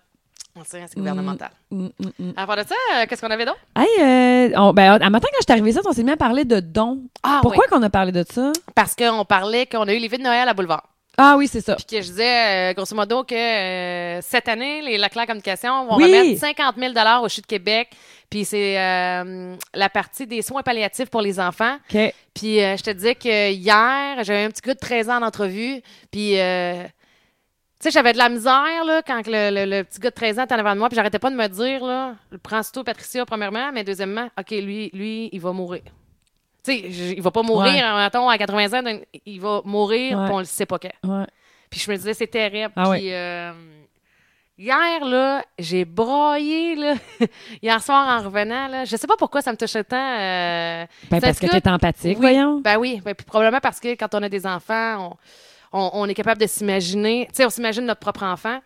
Speaker 1: On sait, c'est gouvernemental.
Speaker 2: Mm, mm, mm.
Speaker 1: À part de ça, euh, qu'est-ce qu'on avait d'autre?
Speaker 2: Hey, euh, on- ben, à matin, quand je suis arrivée, ça, on s'est mis à parler de dons.
Speaker 1: Ah,
Speaker 2: Pourquoi qu'on a parlé de ça?
Speaker 1: Parce qu'on parlait qu'on a eu les vies de Noël à Boulevard.
Speaker 2: Ah oui, c'est ça.
Speaker 1: Puis que je disais, euh, grosso modo, que euh, cette année, les Leclerc Communication vont
Speaker 2: Oui.
Speaker 1: remettre 50 000 au CHU de Québec. Puis c'est euh, la partie des soins palliatifs pour les enfants.
Speaker 2: OK.
Speaker 1: Puis euh, je te dis que hier, j'avais un petit gars de 13 ans en entrevue. Puis, euh, tu sais, j'avais de la misère là, quand que le, le- le petit gars de 13 ans était en avant de moi. Puis j'arrêtais pas de me dire, là, prends toi Patricia, premièrement, mais deuxièmement, OK, lui, lui il va mourir. Tu sais, je- il va pas mourir, hein,
Speaker 2: Ouais.
Speaker 1: mettons, à 80 ans, d'un- il va mourir,
Speaker 2: Ouais.
Speaker 1: puis on le sait pas quand.
Speaker 2: Ouais.
Speaker 1: Puis je me disais, c'est terrible.
Speaker 2: Ah
Speaker 1: Puis euh, hier, là, j'ai broyé, là. hier soir, en revenant, là. Je sais pas pourquoi ça me touchait tant. euh,
Speaker 2: Ben, parce
Speaker 1: se
Speaker 2: que
Speaker 1: coûte-
Speaker 2: t'es empathique,
Speaker 1: Oui.
Speaker 2: voyons.
Speaker 1: Ben oui, ben, puis probablement parce que quand on a des enfants, on, on- on est capable de s'imaginer. Tu sais, on s'imagine notre propre enfant.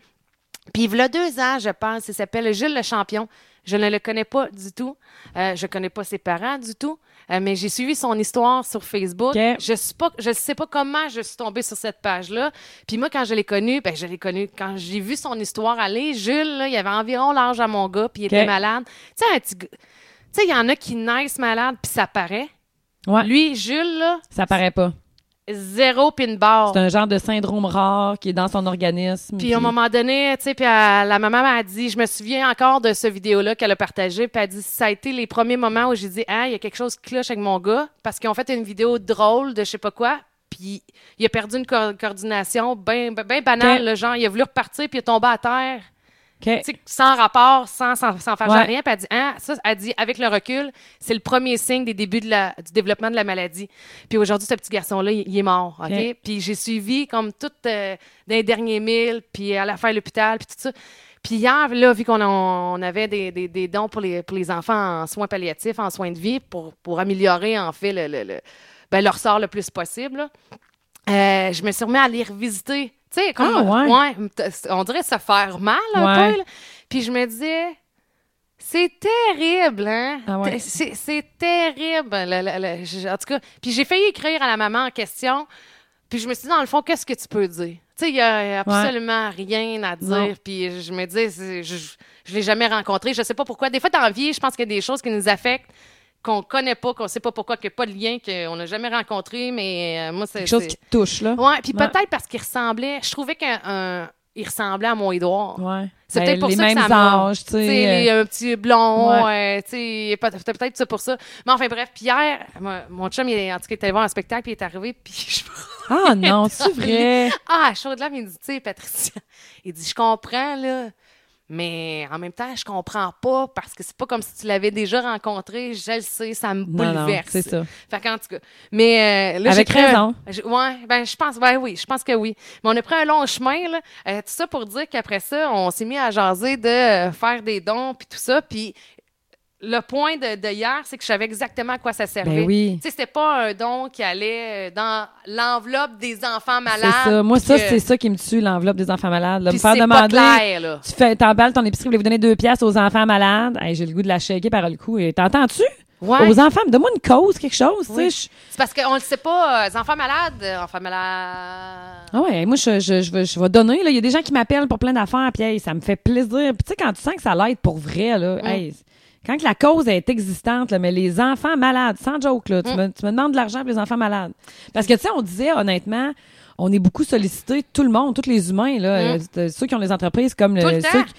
Speaker 1: Puis il y a deux ans, je pense, il s'appelle Gilles le Champion. Je ne le connais pas du tout. Euh, je connais pas ses parents du tout. Euh, mais j'ai suivi son histoire sur Facebook.
Speaker 2: Ok.
Speaker 1: Je suis pas, je sais pas comment je suis tombée sur cette page-là. Puis moi, quand je l'ai connu, ben je l'ai connu quand j'ai vu son histoire aller. Gilles, là, il avait environ l'âge à mon gars, puis il
Speaker 2: Ok.
Speaker 1: était malade. Tu sais, un petit gars- tu sais, il y en a qui naissent malades puis ça paraît.
Speaker 2: Ouais.
Speaker 1: Lui, Jules, là,
Speaker 2: Ça paraît pas.
Speaker 1: zéro pin de barre.
Speaker 2: C'est un genre de syndrome rare qui est dans son organisme.
Speaker 1: Oh. Puis à un moment donné, tu sais, puis euh, la maman m'a dit, je me souviens encore de ce vidéo-là qu'elle a partagé, puis elle a dit, ça a été les premiers moments où j'ai dit, ah, il y a quelque chose qui cloche avec mon gars, parce qu'ils ont fait une vidéo drôle de je sais pas quoi, puis il a perdu une co- coordination bien ben, ben banale,
Speaker 2: Ok.
Speaker 1: là, genre, il a voulu repartir, puis il est tombé à terre,
Speaker 2: OK.
Speaker 1: tu sais, sans rapport, sans, sans, sans faire
Speaker 2: Ouais.
Speaker 1: genre rien, puis elle dit, ah, ça, elle dit, avec le recul, c'est le premier signe des débuts de la, du développement de la maladie. Puis aujourd'hui, ce petit garçon-là, il, il est mort, OK?
Speaker 2: Ok.
Speaker 1: Puis j'ai suivi comme tout euh, dans les derniers milles, puis à la fin à l'hôpital, puis tout ça. Puis hier, là, vu qu'on a- on avait des, des- des dons pour les, pour les enfants en soins palliatifs, en soins de vie, pour, pour améliorer, en fait, le, le- le- ben, leur sort le plus possible, là, euh, je me suis remis à les revisiter. Tu sais, comme.
Speaker 2: Ah, ouais.
Speaker 1: ouais, On dirait se faire mal un
Speaker 2: Ouais.
Speaker 1: peu, là. Puis je me disais, c'est terrible, hein?
Speaker 2: Ah ouais.
Speaker 1: T- C'est c'est terrible. le- le- le- j- en tout cas, puis j'ai failli écrire à la maman en question. Puis je me suis dit, dans le fond, qu'est-ce que tu peux dire? Tu sais, il n'y a absolument rien à dire.
Speaker 2: Non.
Speaker 1: Puis je me dis, c'est- je ne l'ai jamais rencontré. Je ne sais pas pourquoi. Des fois, dans la vie, je pense qu'il y a des choses qui nous affectent, qu'on ne connaît pas, qu'on ne sait pas pourquoi, qu'il n'y a pas de lien, qu'on n'a jamais rencontré. Mais euh, moi, c'est.
Speaker 2: Quelque chose
Speaker 1: c'est-
Speaker 2: qui te touche, là.
Speaker 1: Ouais, puis
Speaker 2: Ouais.
Speaker 1: peut-être parce qu'il ressemblait. Je trouvais qu'il ressemblait à mon Édouard.
Speaker 2: Ouais.
Speaker 1: C'est
Speaker 2: Ben,
Speaker 1: peut-être pour
Speaker 2: les
Speaker 1: ça que
Speaker 2: mêmes
Speaker 1: ça m'a-
Speaker 2: âges, tu
Speaker 1: Tu sais,
Speaker 2: sais. euh.
Speaker 1: les- un petit blond,
Speaker 2: Ouais.
Speaker 1: euh, tu sais, peut- peut- peut-être ça pour ça. Mais enfin, bref, puis hier, moi, mon chum, il est, en tout cas, il est allé voir un spectacle, puis il est arrivé, puis je
Speaker 2: Ah non, c'est vrai.
Speaker 1: Ah, chaud de là, il me dit, tu sais, Patricia, il dit, je comprends, là, mais en même temps, je comprends pas, parce que c'est pas comme si tu l'avais déjà rencontré, je le sais, ça me
Speaker 2: Non, non,
Speaker 1: bouleverse.
Speaker 2: c'est ça.
Speaker 1: Fait qu'en tout cas, mais euh, là, j'ai
Speaker 2: Avec
Speaker 1: pris un-
Speaker 2: raison.
Speaker 1: j'ai- ouais, ben je pense, ben oui, je pense que oui. Mais on a pris un long chemin là, Euh, tout ça pour dire qu'après ça, on s'est mis à jaser de euh, faire des dons puis tout ça, puis le point de, de hier, c'est que je savais exactement à quoi ça servait.
Speaker 2: Ben oui.
Speaker 1: Tu sais, c'était pas un don qui allait euh, dans l'enveloppe des enfants
Speaker 2: C'est
Speaker 1: malades.
Speaker 2: ça. Moi,
Speaker 1: puis
Speaker 2: ça,
Speaker 1: que-
Speaker 2: c'est ça qui me tue, l'enveloppe des enfants malades. Là, me
Speaker 1: puis
Speaker 2: faire
Speaker 1: c'est pas
Speaker 2: demander.
Speaker 1: clair, là.
Speaker 2: Tu fais, t'emballes ton épicerie, vous voulez vous donner deux piastres aux enfants malades. Hey, j'ai le goût de la shaker par le cou. Et T'entends-tu?
Speaker 1: Ouais.
Speaker 2: Aux enfants, donne-moi une cause, quelque chose, tu
Speaker 1: Oui.
Speaker 2: sais. je-
Speaker 1: C'est parce qu'on le sait pas, euh, les enfants malades, euh, enfants malades.
Speaker 2: Ah ouais, moi, je, je, je, vais- je vais donner. là. Il y a des gens qui m'appellent pour plein d'affaires, puis hey, ça me fait plaisir. Puis tu sais, quand tu sens que ça l'aide pour vrai, là, hey, quand que la cause est existante, là, mais les enfants malades, sans joke, là, tu,
Speaker 1: Mm.
Speaker 2: me, tu me demandes de l'argent pour les enfants malades. Parce que tu sais, on disait honnêtement, on est beaucoup sollicité, tout le monde, tous les humains, là, euh, ceux qui ont des entreprises comme
Speaker 1: Mm. Tout le temps.
Speaker 2: ceux qui-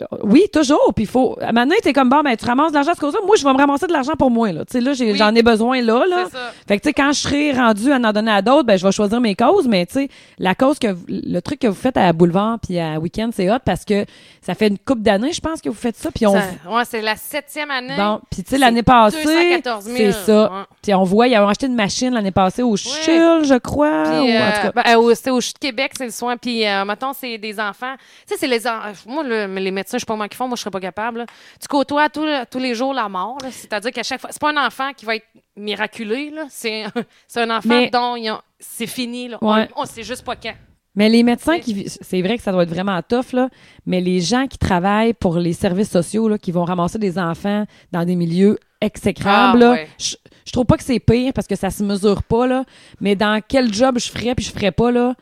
Speaker 2: euh, Oui, toujours. Puis il faut. À un moment donné, t'es comme bon, ben tu ramasses de l'argent à ce cause-là. Moi, je vais me ramasser de l'argent pour moi. Là, Tu sais, là, j'ai-
Speaker 1: Oui.
Speaker 2: j'en ai besoin là. là.
Speaker 1: C'est ça.
Speaker 2: Fait que tu sais, quand je serai rendu à en donner à d'autres, ben je vais choisir mes causes. Mais tu sais, la cause que vous- le truc que vous faites à Boulevard puis à Weekend, c'est hot parce que ça fait une coupe d'années, je pense que vous faites ça. Puis on
Speaker 1: Ça- ouais, c'est la septième année.
Speaker 2: Bon, puis tu sais,
Speaker 1: C'est
Speaker 2: l'année passée,
Speaker 1: 214 000,
Speaker 2: c'est
Speaker 1: ouais.
Speaker 2: ça. Puis on voit, ils ont acheté une machine l'année passée au Chul, je crois.
Speaker 1: Puis,
Speaker 2: ou Ah,
Speaker 1: euh,
Speaker 2: en tout cas.
Speaker 1: ben, euh, au- c'est au CHU de Québec, c'est le soin. Puis, euh, mettons, c'est des enfants. Tu sais, c'est les. en- euh, Moi, le- les médecins, je sais pas comment qu'ils font. Moi, je serais pas capable. là. Tu côtoies tous tous les jours la mort. là. C'est-à-dire qu'à chaque fois. C'est pas un enfant qui va être miraculé. là. C'est c'est un enfant
Speaker 2: Mais-
Speaker 1: dont ils ont- c'est fini. là.
Speaker 2: Ouais.
Speaker 1: On, on sait juste pas quand.
Speaker 2: Mais les médecins qui vi- c'est vrai que ça doit être vraiment tough là, mais les gens qui travaillent pour les services sociaux là qui vont ramasser des enfants dans des milieux exécrables
Speaker 1: Ah,
Speaker 2: là,
Speaker 1: ouais.
Speaker 2: je, je trouve pas que c'est pire parce que ça se mesure pas là, mais dans quel job je ferais puis je ferais pas là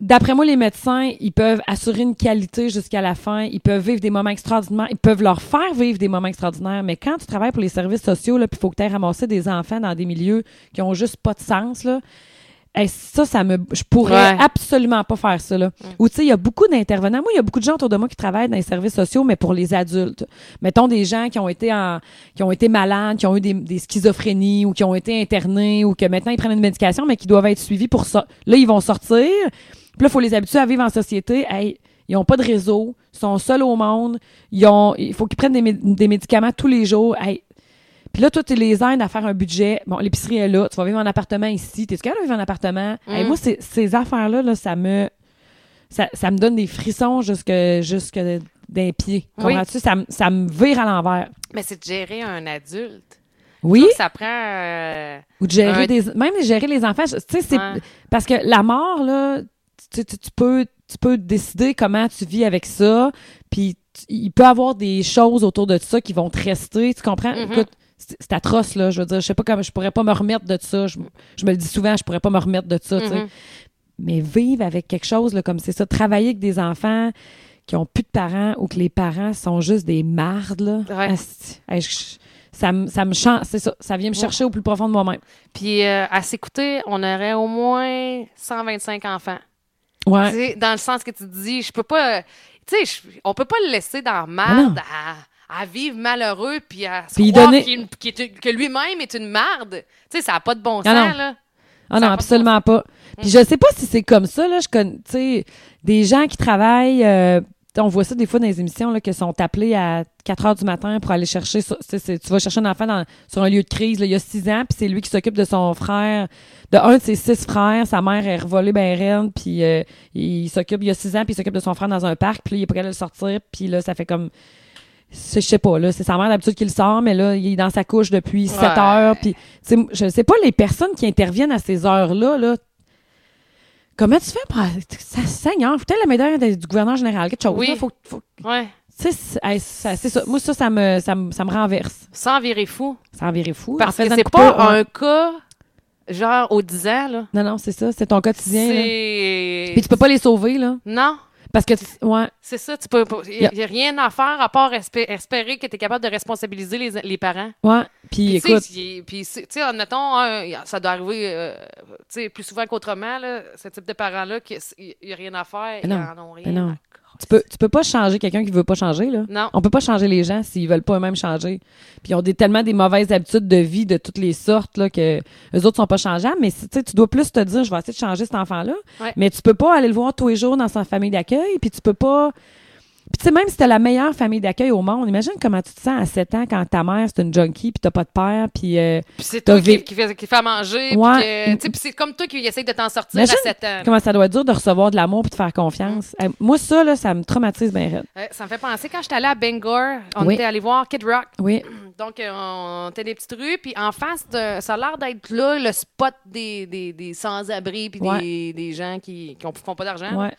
Speaker 2: D'après moi, les médecins, ils peuvent assurer une qualité jusqu'à la fin. Ils peuvent vivre des moments extraordinaires. Ils peuvent leur faire vivre des moments extraordinaires. Mais quand tu travailles pour les services sociaux, là, puis il faut que tu aies ramassé des enfants dans des milieux qui ont juste pas de sens, là, Hey, ça, ça me. Je pourrais
Speaker 1: Ouais.
Speaker 2: absolument pas faire ça, là. Ou, tu sais, il y a beaucoup d'intervenants. Moi, il y a beaucoup de gens autour de moi qui travaillent dans les services sociaux, mais pour les adultes. Mettons des gens qui ont été en, qui ont été malades, qui ont eu des, des schizophrénies ou qui ont été internés ou que maintenant ils prennent une médication, mais qui doivent être suivis pour ça. Là, ils vont sortir. Puis là, faut les habituer à vivre en société. Hey, ils ont pas de réseau, ils sont seuls au monde, ils ont, il faut qu'ils prennent des, mé- des médicaments tous les jours. Hey, puis là, toi, tu les aides à faire un budget. Bon, l'épicerie est là. Tu vas vivre en appartement ici. T'es-tu capable de vivre en appartement? Hey, moi, ces, ces affaires-là, là, ça me. Ça, ça me donne des frissons jusque, jusque d'un pied.
Speaker 1: Oui.
Speaker 2: Comprends-tu? Ça, me- ça me vire à l'envers.
Speaker 1: Mais c'est de gérer un adulte.
Speaker 2: Oui?
Speaker 1: Ça prend. euh,
Speaker 2: Ou de gérer
Speaker 1: Un-
Speaker 2: des. Même gérer les enfants. je- Tu sais, c'est.
Speaker 1: Ouais.
Speaker 2: Parce que la mort, là, tu, tu- tu peux, tu peux décider comment tu vis avec ça. Puis tu- il peut y avoir des choses autour de ça qui vont te rester. Tu comprends?
Speaker 1: Mhm.
Speaker 2: Écoute, c'est c'est atroce, là. Je veux dire, je sais pas comment. Je pourrais pas me remettre de ça. Je, je me le dis souvent, je pourrais pas me remettre de ça, tu sais.
Speaker 1: Mhm.
Speaker 2: Mais vivre avec quelque chose, là, comme c'est ça. Travailler avec des enfants qui ont plus de parents ou que les parents sont juste des mardes, là.
Speaker 1: Ouais.
Speaker 2: Asti. Hey, je- ça me, ça me chan- c'est ça, ça vient me chercher au plus profond de moi-même.
Speaker 1: Puis euh, à s'écouter, on aurait au moins 125 enfants.
Speaker 2: Ouais.
Speaker 1: Tu sais, Dans le sens que tu te dis, je peux pas. Tu sais, je- on peut pas le laisser dans la
Speaker 2: Ah non.
Speaker 1: marde à, à vivre malheureux puis à se
Speaker 2: Puis il
Speaker 1: croire
Speaker 2: donnait-
Speaker 1: qu'il- qu'il est- que lui-même est une marde. Tu sais, ça n'a pas de bon sens,
Speaker 2: Ah non.
Speaker 1: là. Ça a pas
Speaker 2: Ah non,
Speaker 1: de
Speaker 2: absolument pas. Puis je sais pas si c'est comme ça là, je connais tu sais des gens qui travaillent euh, on voit ça des fois dans les émissions là, qui sont appelés à 4 heures du matin pour aller chercher. sur- tu sais, c'est- tu vas chercher un enfant dans- sur un lieu de crise. là, il y a 6 ans, puis c'est lui qui s'occupe de son frère, de un de ses six frères. Sa mère est revolée ben reine, puis euh, il s'occupe. Il y a 6 ans, puis il s'occupe de son frère dans un parc. Puis là, il est pas capable de le sortir. Puis là, ça fait comme c'est- je sais pas là, c'est sa mère d'habitude qui le sort, mais là il est dans sa couche depuis 7 heures. Puis tu sais, je sais pas les personnes qui interviennent à ces heures là là. Comment tu fais pour ça Seigneur, faut peut-être la médaille de- du gouverneur général, quelque chose.
Speaker 1: Oui.
Speaker 2: là, faut, faut-
Speaker 1: Ouais.
Speaker 2: tu sais, c'est hey, ça, c'est ça. Moi, ça, ça me, ça me, ça me renverse.
Speaker 1: Sans virer fou.
Speaker 2: Ça en virait fou.
Speaker 1: Parce
Speaker 2: En
Speaker 1: que
Speaker 2: faisant
Speaker 1: c'est
Speaker 2: une
Speaker 1: pas
Speaker 2: coupure, ouais.
Speaker 1: un cas, genre, aux 10 ans, là.
Speaker 2: Non, non, c'est ça. C'est ton quotidien. là.
Speaker 1: C'est.
Speaker 2: Puis tu peux pas les sauver, là.
Speaker 1: Non.
Speaker 2: Parce que, tu- ouais.
Speaker 1: C'est ça, tu peux pas. Il
Speaker 2: Yeah.
Speaker 1: n'y a rien à faire à part espé- espérer que tu es capable de responsabiliser les, les parents.
Speaker 2: Ouais.
Speaker 1: Puis, tu
Speaker 2: Puis
Speaker 1: sais,
Speaker 2: écoute.
Speaker 1: il- puis, c'est- tu sais, admettons, un, ça doit arriver euh, tu sais, plus souvent qu'autrement, là, ce type de parents-là, qui- il n'y a rien à faire, ils
Speaker 2: non,
Speaker 1: n'en ont rien. à
Speaker 2: non. Tu peux, tu peux pas changer quelqu'un qui veut pas changer, là.
Speaker 1: Non.
Speaker 2: On peut pas changer les gens s'ils veulent pas eux-mêmes changer. Puis ils ont des, tellement des mauvaises habitudes de vie de toutes les sortes, là, que eux autres sont pas changeables. Mais si- tu sais, tu dois plus te dire, je vais essayer de changer cet enfant-là.
Speaker 1: Ouais.
Speaker 2: Mais tu peux pas aller le voir tous les jours dans sa famille d'accueil. Puis tu peux pas. Puis tu sais, même si t'as la meilleure famille d'accueil au monde, imagine comment tu te sens à 7 ans quand ta mère, c'est une junkie, puis t'as pas de père, puis. euh,
Speaker 1: Puis c'est
Speaker 2: T'as
Speaker 1: toi qui,
Speaker 2: vi-
Speaker 1: qui fait, qui fait à manger. puis
Speaker 2: Ouais.
Speaker 1: que- tu sais, Puis c'est comme toi qui essaye de t'en sortir
Speaker 2: Imagine
Speaker 1: à 7 ans.
Speaker 2: Comment ça doit être dur de recevoir de l'amour puis de faire confiance. Euh, Moi, ça, là, ça me traumatise bien raide.
Speaker 1: Euh, Ça me fait penser, quand j'étais allée à Bangor, on
Speaker 2: Oui.
Speaker 1: était allé voir Kid Rock.
Speaker 2: Oui.
Speaker 1: Donc, euh, on était des petites rues, puis en face, de, ça a l'air d'être là le spot des, des, des sans-abri, puis
Speaker 2: Ouais.
Speaker 1: des, des gens qui ne font pas d'argent. là.
Speaker 2: Ouais.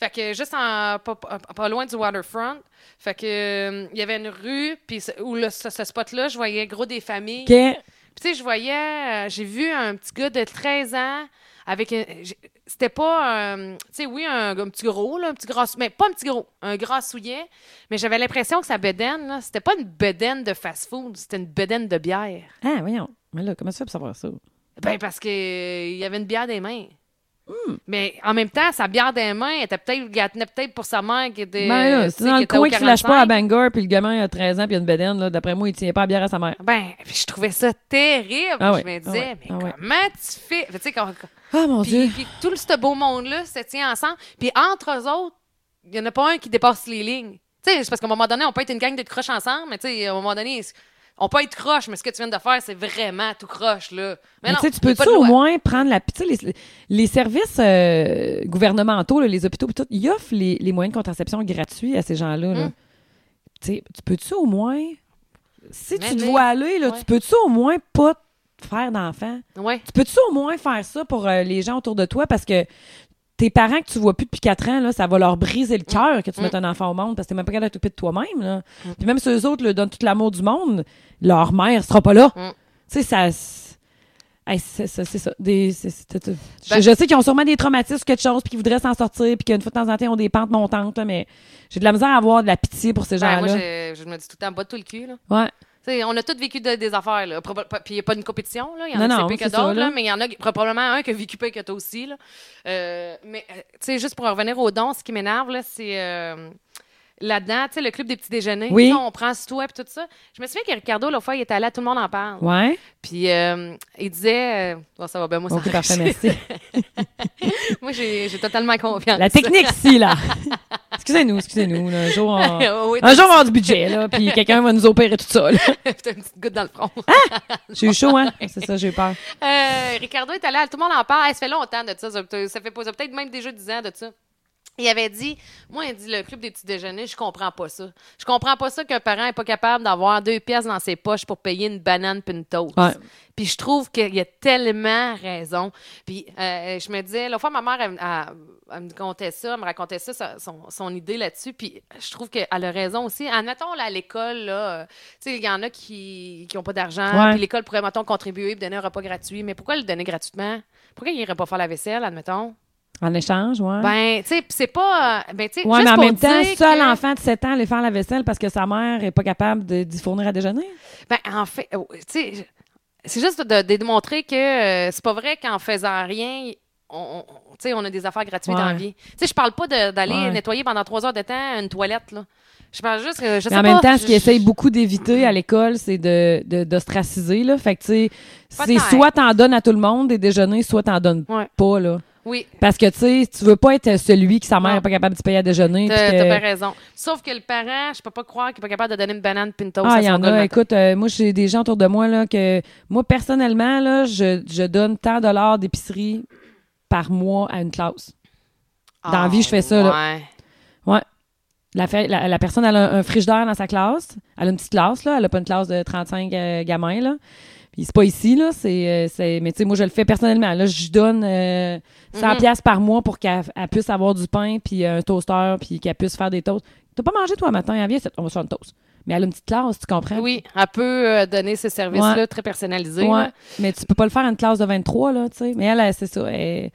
Speaker 1: Fait que juste en, pas, pas- pas loin du waterfront, fait que euh, il y avait une rue, puis ce- où le- ce, ce spot-là, je voyais gros des familles.
Speaker 2: OK.
Speaker 1: Puis tu sais, je voyais, euh, j'ai vu un petit gars de 13 ans avec un- j'ai- C'était pas, euh, tu sais, oui, un, un petit gros, là, un petit gras, mais pas un petit gros, un gras souillet. Mais j'avais l'impression que sa bedaine, là, c'était pas une bedaine de fast-food, c'était une bedaine de bière.
Speaker 2: Ah, voyons. Mais là, comment tu fais pour savoir ça?
Speaker 1: Ben, parce que euh, il y avait une bière des mains.
Speaker 2: Hmm.
Speaker 1: Mais en même temps, sa bière des mains était peut-être, elle tenait peut-être pour sa mère qui était.
Speaker 2: Ben là,
Speaker 1: Euh, tu sais,
Speaker 2: c'est dans
Speaker 1: qui
Speaker 2: le
Speaker 1: était au
Speaker 2: coin qui lâche pas ben. à
Speaker 1: 45.
Speaker 2: Bangor, puis le gamin il a 13 ans, puis il a une bedaine, là. D'après moi, il tient pas à bière à sa mère.
Speaker 1: Ben, puis je trouvais ça terrible.
Speaker 2: Ah ouais,
Speaker 1: Je me
Speaker 2: ah
Speaker 1: disais,
Speaker 2: ouais,
Speaker 1: mais
Speaker 2: ah ouais.
Speaker 1: comment tu fais? Tu sais, quand-
Speaker 2: Ah, mon
Speaker 1: puis, puis tout ce beau monde-là se tient ensemble. Puis entre eux autres, il n'y en a pas un qui dépasse les lignes. Tu sais, c'est parce qu'à un moment donné, on peut être une gang de croches ensemble, mais tu sais, à un moment donné, on peut être croche, mais ce que tu viens de faire, c'est vraiment tout croche, là.
Speaker 2: Mais tu sais, tu
Speaker 1: il y a pas
Speaker 2: peux-tu
Speaker 1: de
Speaker 2: au
Speaker 1: loi.
Speaker 2: moins prendre la... Tu sais, les, les services euh, gouvernementaux, là, les hôpitaux, puis tout, ils offrent les, les moyens de contraception gratuits à ces gens-là. là.
Speaker 1: Mm.
Speaker 2: Tu sais, tu peux-tu au moins... Si
Speaker 1: Mais
Speaker 2: tu te
Speaker 1: oui.
Speaker 2: vois aller, là,
Speaker 1: Ouais.
Speaker 2: tu peux-tu au moins pas te faire d'enfant?
Speaker 1: Ouais.
Speaker 2: Tu peux-tu au moins faire ça pour euh, les gens autour de toi? Parce que tes parents que tu vois plus depuis 4 ans, là, ça va leur briser le
Speaker 1: Mm.
Speaker 2: cœur que tu mettes un enfant au monde parce que t'es même pas capable de t'occuper de toi-même. là. Puis même si eux autres leur donnent tout l'amour du monde, leur mère sera pas là.
Speaker 1: Mm.
Speaker 2: Tu sais, ça... s- Hey, c'est ça, c'est ça. Des- c'est- c'est- c'est- je-
Speaker 1: Ben-
Speaker 2: je, sais qu'ils ont sûrement des traumatismes ou quelque chose, puis qu'ils voudraient s'en sortir, puis qu'une fois de temps en temps, ils ont des pentes montantes, là, mais j'ai de la misère à avoir de la pitié pour ces
Speaker 1: Ben,
Speaker 2: gens-là.
Speaker 1: moi, je, je me dis tout le temps, bas tout le cul, là.
Speaker 2: Ouais.
Speaker 1: Ça, sais, on a tous vécu de- des affaires, là. Proba- pas- Puis il n'y a pas une compétition, là. Il y en
Speaker 2: Non,
Speaker 1: a
Speaker 2: non,
Speaker 1: qui c'est
Speaker 2: c'est
Speaker 1: que d'autres,
Speaker 2: ça, là.
Speaker 1: là, Mais il y en a qui- probablement un qui a vécu pire que toi aussi, là. Euh, mais, euh, tu sais, juste pour en revenir au don, ce qui m'énerve, là, c'est. euh, Là-dedans, tu sais, le club des petits déjeuners,
Speaker 2: Oui.
Speaker 1: tu sais, on prend sur toi puis tout ça. Je me souviens que Ricardo, la fois, il était allé à Tout le monde en parle.
Speaker 2: Ouais.
Speaker 1: Puis euh, il disait, euh, Bon, ça va bien, moi, ça
Speaker 2: Ok, parfait,
Speaker 1: marche.
Speaker 2: merci.
Speaker 1: Moi, j'ai j'ai totalement confiance.
Speaker 2: La technique, si, là. Excusez-nous, excusez-nous. là. Un jour, on...
Speaker 1: oui,
Speaker 2: Un jour, on va avoir du budget, là, puis quelqu'un va nous opérer tout ça. là.
Speaker 1: t'as une petite goutte dans le front.
Speaker 2: J'ai eu chaud, hein? C'est ça, j'ai eu peur.
Speaker 1: Euh, Ricardo est allé, à- tout le monde en parle. Hey, ça fait longtemps de ça. Ça, peut- ça fait pas- ça peut-être même déjà 10 ans de ça. Il avait dit, moi, il dit, le club des petits déjeuners, je comprends pas ça. Je comprends pas ça qu'un parent est pas capable d'avoir deux pièces dans ses poches pour payer une banane puis une toast.
Speaker 2: Ouais.
Speaker 1: Puis je trouve qu'il a tellement raison. Puis euh, je me disais, la fois, ma mère, elle, elle- elle me contait ça, elle me racontait ça, sa- son, son idée là-dessus. Puis je trouve qu'elle a raison aussi. Admettons, là, à l'école, là, euh, tu sais, il y en a qui n'ont pas d'argent.
Speaker 2: Ouais.
Speaker 1: Puis l'école pourrait, mettons, contribuer et donner un repas gratuit. Mais pourquoi le donner gratuitement? Pourquoi il irait pas faire la vaisselle, admettons?
Speaker 2: En échange, ouais.
Speaker 1: Ben, tu sais, puis c'est pas. euh, Ben, tu sais,
Speaker 2: ouais,
Speaker 1: juste
Speaker 2: mais en
Speaker 1: pour
Speaker 2: même temps,
Speaker 1: dire
Speaker 2: seul
Speaker 1: que-
Speaker 2: enfant de 7 ans, aller faire la vaisselle parce que sa mère est pas capable de- d'y fournir à déjeuner.
Speaker 1: Ben, en fait, euh, tu sais, je- c'est juste de, de démontrer que euh, c'est pas vrai qu'en faisant rien, on, on- tu sais, on a des affaires gratuites
Speaker 2: Ouais.
Speaker 1: dans la vie. Tu sais, je parle pas de- d'aller
Speaker 2: Ouais.
Speaker 1: nettoyer pendant trois heures de temps une toilette, là. Je parle juste que, je sais
Speaker 2: Mais en
Speaker 1: pas,
Speaker 2: même temps, ce qu'ils
Speaker 1: je-
Speaker 2: essayent beaucoup d'éviter à l'école, c'est de, de, d'ostraciser, là. Fait que, tu sais,
Speaker 1: Pas
Speaker 2: c'est
Speaker 1: de taille.
Speaker 2: soit t'en donnes à tout le monde des déjeuners, soit t'en donnes
Speaker 1: Ouais.
Speaker 2: pas, là.
Speaker 1: Oui,
Speaker 2: Parce que, tu sais, tu veux pas être celui que sa mère
Speaker 1: Non.
Speaker 2: est pas capable de payer à déjeuner.
Speaker 1: t'as
Speaker 2: puis
Speaker 1: t'as
Speaker 2: que-
Speaker 1: bien raison. Sauf que le parent, je peux pas croire qu'il est pas capable de donner une banane pinto
Speaker 2: Ah,
Speaker 1: à
Speaker 2: il y
Speaker 1: son
Speaker 2: en
Speaker 1: gars le
Speaker 2: a.
Speaker 1: matin.
Speaker 2: Écoute, euh, moi, j'ai des gens autour de moi, là, que moi, personnellement, là, je, je donne tant de dollars d'épicerie par mois à une classe. dans la
Speaker 1: Ah,
Speaker 2: vie, je fais ça, là.
Speaker 1: ouais.
Speaker 2: La, fa- la, la personne, elle a un, friche frigidaire dans sa classe. Elle a une petite classe, là. Elle a pas une classe de 35 euh, gamins, là. Puis c'est pas ici, là. C'est, euh, c'est- mais tu sais, moi, je le fais personnellement. Là, je donne euh, 100
Speaker 1: Mhm.
Speaker 2: piastres par mois pour qu'elle elle puisse avoir du pain, puis euh, un toaster, puis qu'elle puisse faire des toasts. T'as pas mangé, toi, matin? Elle vient, c'est- on va se faire une toast. Mais elle a une petite classe, tu comprends?
Speaker 1: Oui, elle peut euh, donner ce service-là
Speaker 2: Ouais.
Speaker 1: très personnalisé.
Speaker 2: Ouais,
Speaker 1: là.
Speaker 2: mais tu peux pas le faire à une classe de 23, là, tu sais. Mais elle, elle, c'est ça. Elle,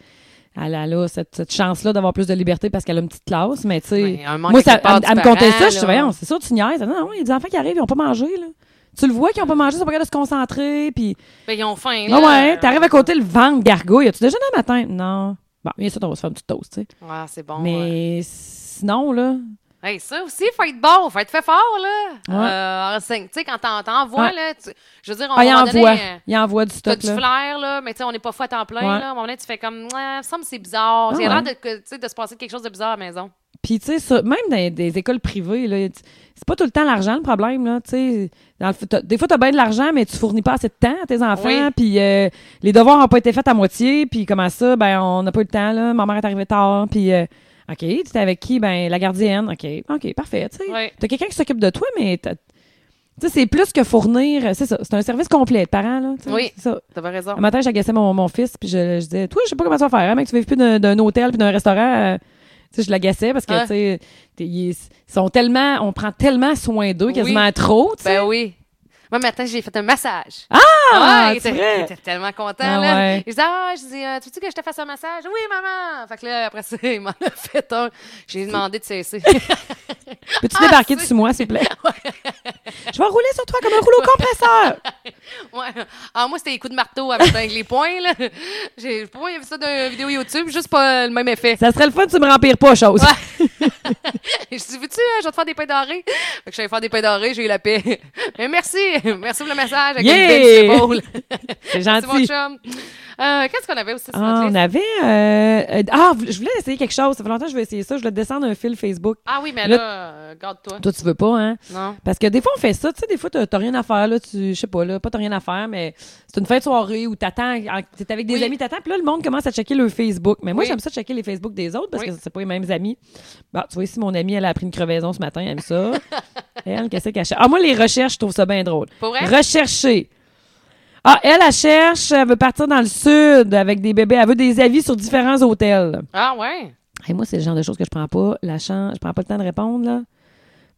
Speaker 2: elle a là, cette, cette chance-là d'avoir plus de liberté parce qu'elle a une petite classe, mais tu sais.
Speaker 1: Mais un manque
Speaker 2: Moi,
Speaker 1: à
Speaker 2: ça,
Speaker 1: quelque part
Speaker 2: elle,
Speaker 1: du
Speaker 2: elle me
Speaker 1: parent,
Speaker 2: contait ça, je
Speaker 1: là.
Speaker 2: suis voyons, c'est sûr, tu niaises. Non, non, il y a des enfants qui arrivent, ils ont pas mangé, là. Tu le vois qu'ils ont pas mangé, ils sont pas capables de se concentrer, puis.
Speaker 1: Ben, ils ont faim,
Speaker 2: Ah
Speaker 1: là.
Speaker 2: ouais, t'arrives à côté le ventre gargouille. As-tu déjeuné le matin? Non. Bon, bien sûr, on va se faire une petite toast, tu sais.
Speaker 1: Ah, c'est bon. ouais.
Speaker 2: Mais sinon, là.
Speaker 1: Hey, ça aussi, faut être bon, faut être fait fort, là.
Speaker 2: Ouais.
Speaker 1: Euh, enseigne. tu sais, quand t'en- t'envoies,
Speaker 2: Ouais.
Speaker 1: là, tu- je veux dire, on
Speaker 2: Ah, il
Speaker 1: va
Speaker 2: envoie.
Speaker 1: donner, euh,
Speaker 2: Il envoie du
Speaker 1: t'as
Speaker 2: stock,
Speaker 1: du
Speaker 2: là.
Speaker 1: flair, là, mais tu sais, on n'est pas fou à temps plein,
Speaker 2: Ouais.
Speaker 1: là. À un moment donné, tu fais comme, ouais, ça me c'est bizarre.
Speaker 2: Ah
Speaker 1: Il y a l'air
Speaker 2: ouais.
Speaker 1: de, que- tu sais, de se passer quelque chose de bizarre à la maison.
Speaker 2: Puis, tu sais, ça- même dans des écoles privées, là, tu- c'est pas tout le temps l'argent le problème, là, tu sais. Dans le f- t'as- Des fois, t'as bien de l'argent, mais tu fournis pas assez de temps à tes enfants,
Speaker 1: Oui.
Speaker 2: puis euh, les devoirs ont pas été faits à moitié, puis comment ça, ben, on n'a pas eu le temps, là, ma mère est arrivée tard, puis... euh, OK, tu étais avec qui? Ben, la gardienne. OK, OK, parfait, tu sais.
Speaker 1: Oui.
Speaker 2: T'as quelqu'un qui s'occupe de toi, mais t'as- tu sais, c'est plus que fournir... C'est ça, c'est un service complet de parents, là, tu sais,
Speaker 1: Oui.
Speaker 2: c'est ça.
Speaker 1: T'as pas raison.
Speaker 2: Un matin, j'agaçais mon, mon fils, puis je, je disais, toi, je sais pas comment tu vas faire, hein, mec, tu vis plus d'un d'un hôtel puis d'un restaurant. euh. tu sais, je l'agaçais parce que,
Speaker 1: Ouais.
Speaker 2: tu sais, t'es- ils sont tellement, on prend tellement soin d'eux,
Speaker 1: Oui.
Speaker 2: quasiment trop, tu sais.
Speaker 1: Ben oui. Moi, matin, j'ai fait un massage.
Speaker 2: Ah,
Speaker 1: il,
Speaker 2: c'est
Speaker 1: était,
Speaker 2: vrai?
Speaker 1: il était tellement content,
Speaker 2: Ah
Speaker 1: là.
Speaker 2: ouais.
Speaker 1: Il disait, ah, je dis, euh, tu veux que je te fasse un massage? Oui, maman! Fait que là, après ça, il m'en a fait un. J'ai demandé de cesser.
Speaker 2: Peux-tu
Speaker 1: Ah,
Speaker 2: débarquer
Speaker 1: c'est-
Speaker 2: dessus moi, s'il te plaît? je vais rouler sur toi comme un rouleau compresseur.
Speaker 1: Ouais. Ah, moi, c'était les coups de marteau avec, avec les poings, là. J'ai pas vu ça d'une vidéo YouTube, juste pas le même effet.
Speaker 2: Ça serait le fun, tu me remplir pas, chose.
Speaker 1: Ouais. je dis, veux-tu, hein, je vais te faire des pains dorés? Fait que je suis allée faire des pains dorés, j'ai eu la paix. Mais merci! Merci pour le message avec
Speaker 2: Yeah!
Speaker 1: une belle petite épaule.
Speaker 2: C'est
Speaker 1: Merci, mon
Speaker 2: gentil.
Speaker 1: chum. Euh, Qu'est-ce qu'on avait aussi sur
Speaker 2: Ah,
Speaker 1: notre
Speaker 2: on
Speaker 1: liste?
Speaker 2: avait. euh, euh, ah, je voulais essayer quelque chose. Ça fait longtemps que je veux essayer ça. Je voulais descendre un fil Facebook.
Speaker 1: Ah oui, mais
Speaker 2: Le-
Speaker 1: là, euh, garde-toi.
Speaker 2: Toi, tu veux pas, hein?
Speaker 1: Non?
Speaker 2: Parce que des fois, on fait ça, tu sais, des fois, t'as t'as rien à faire, là, tu, je sais pas, là, pas t'as rien à faire, mais c'est une fin de soirée où t'attends, en- t'es avec des
Speaker 1: Oui.
Speaker 2: amis, t'attends, puis là, le monde commence à checker le Facebook. Mais moi,
Speaker 1: Oui.
Speaker 2: j'aime ça checker les Facebook des autres parce
Speaker 1: Oui.
Speaker 2: que c'est pas les mêmes amis. Bon, tu vois, si mon amie, elle a pris une crevaison ce matin, elle aime ça. elle, qu'est-ce qu'elle cherche? Ah, moi, les recherches, je trouve ça bien drôle.
Speaker 1: Pour vrai?
Speaker 2: Rechercher. Ah, elle, elle cherche, elle veut partir dans le sud avec des bébés, elle veut des avis sur différents hôtels.
Speaker 1: Ah ouais?
Speaker 2: Et moi, c'est le genre de choses que je prends pas. La chance, je prends pas le temps de répondre, là.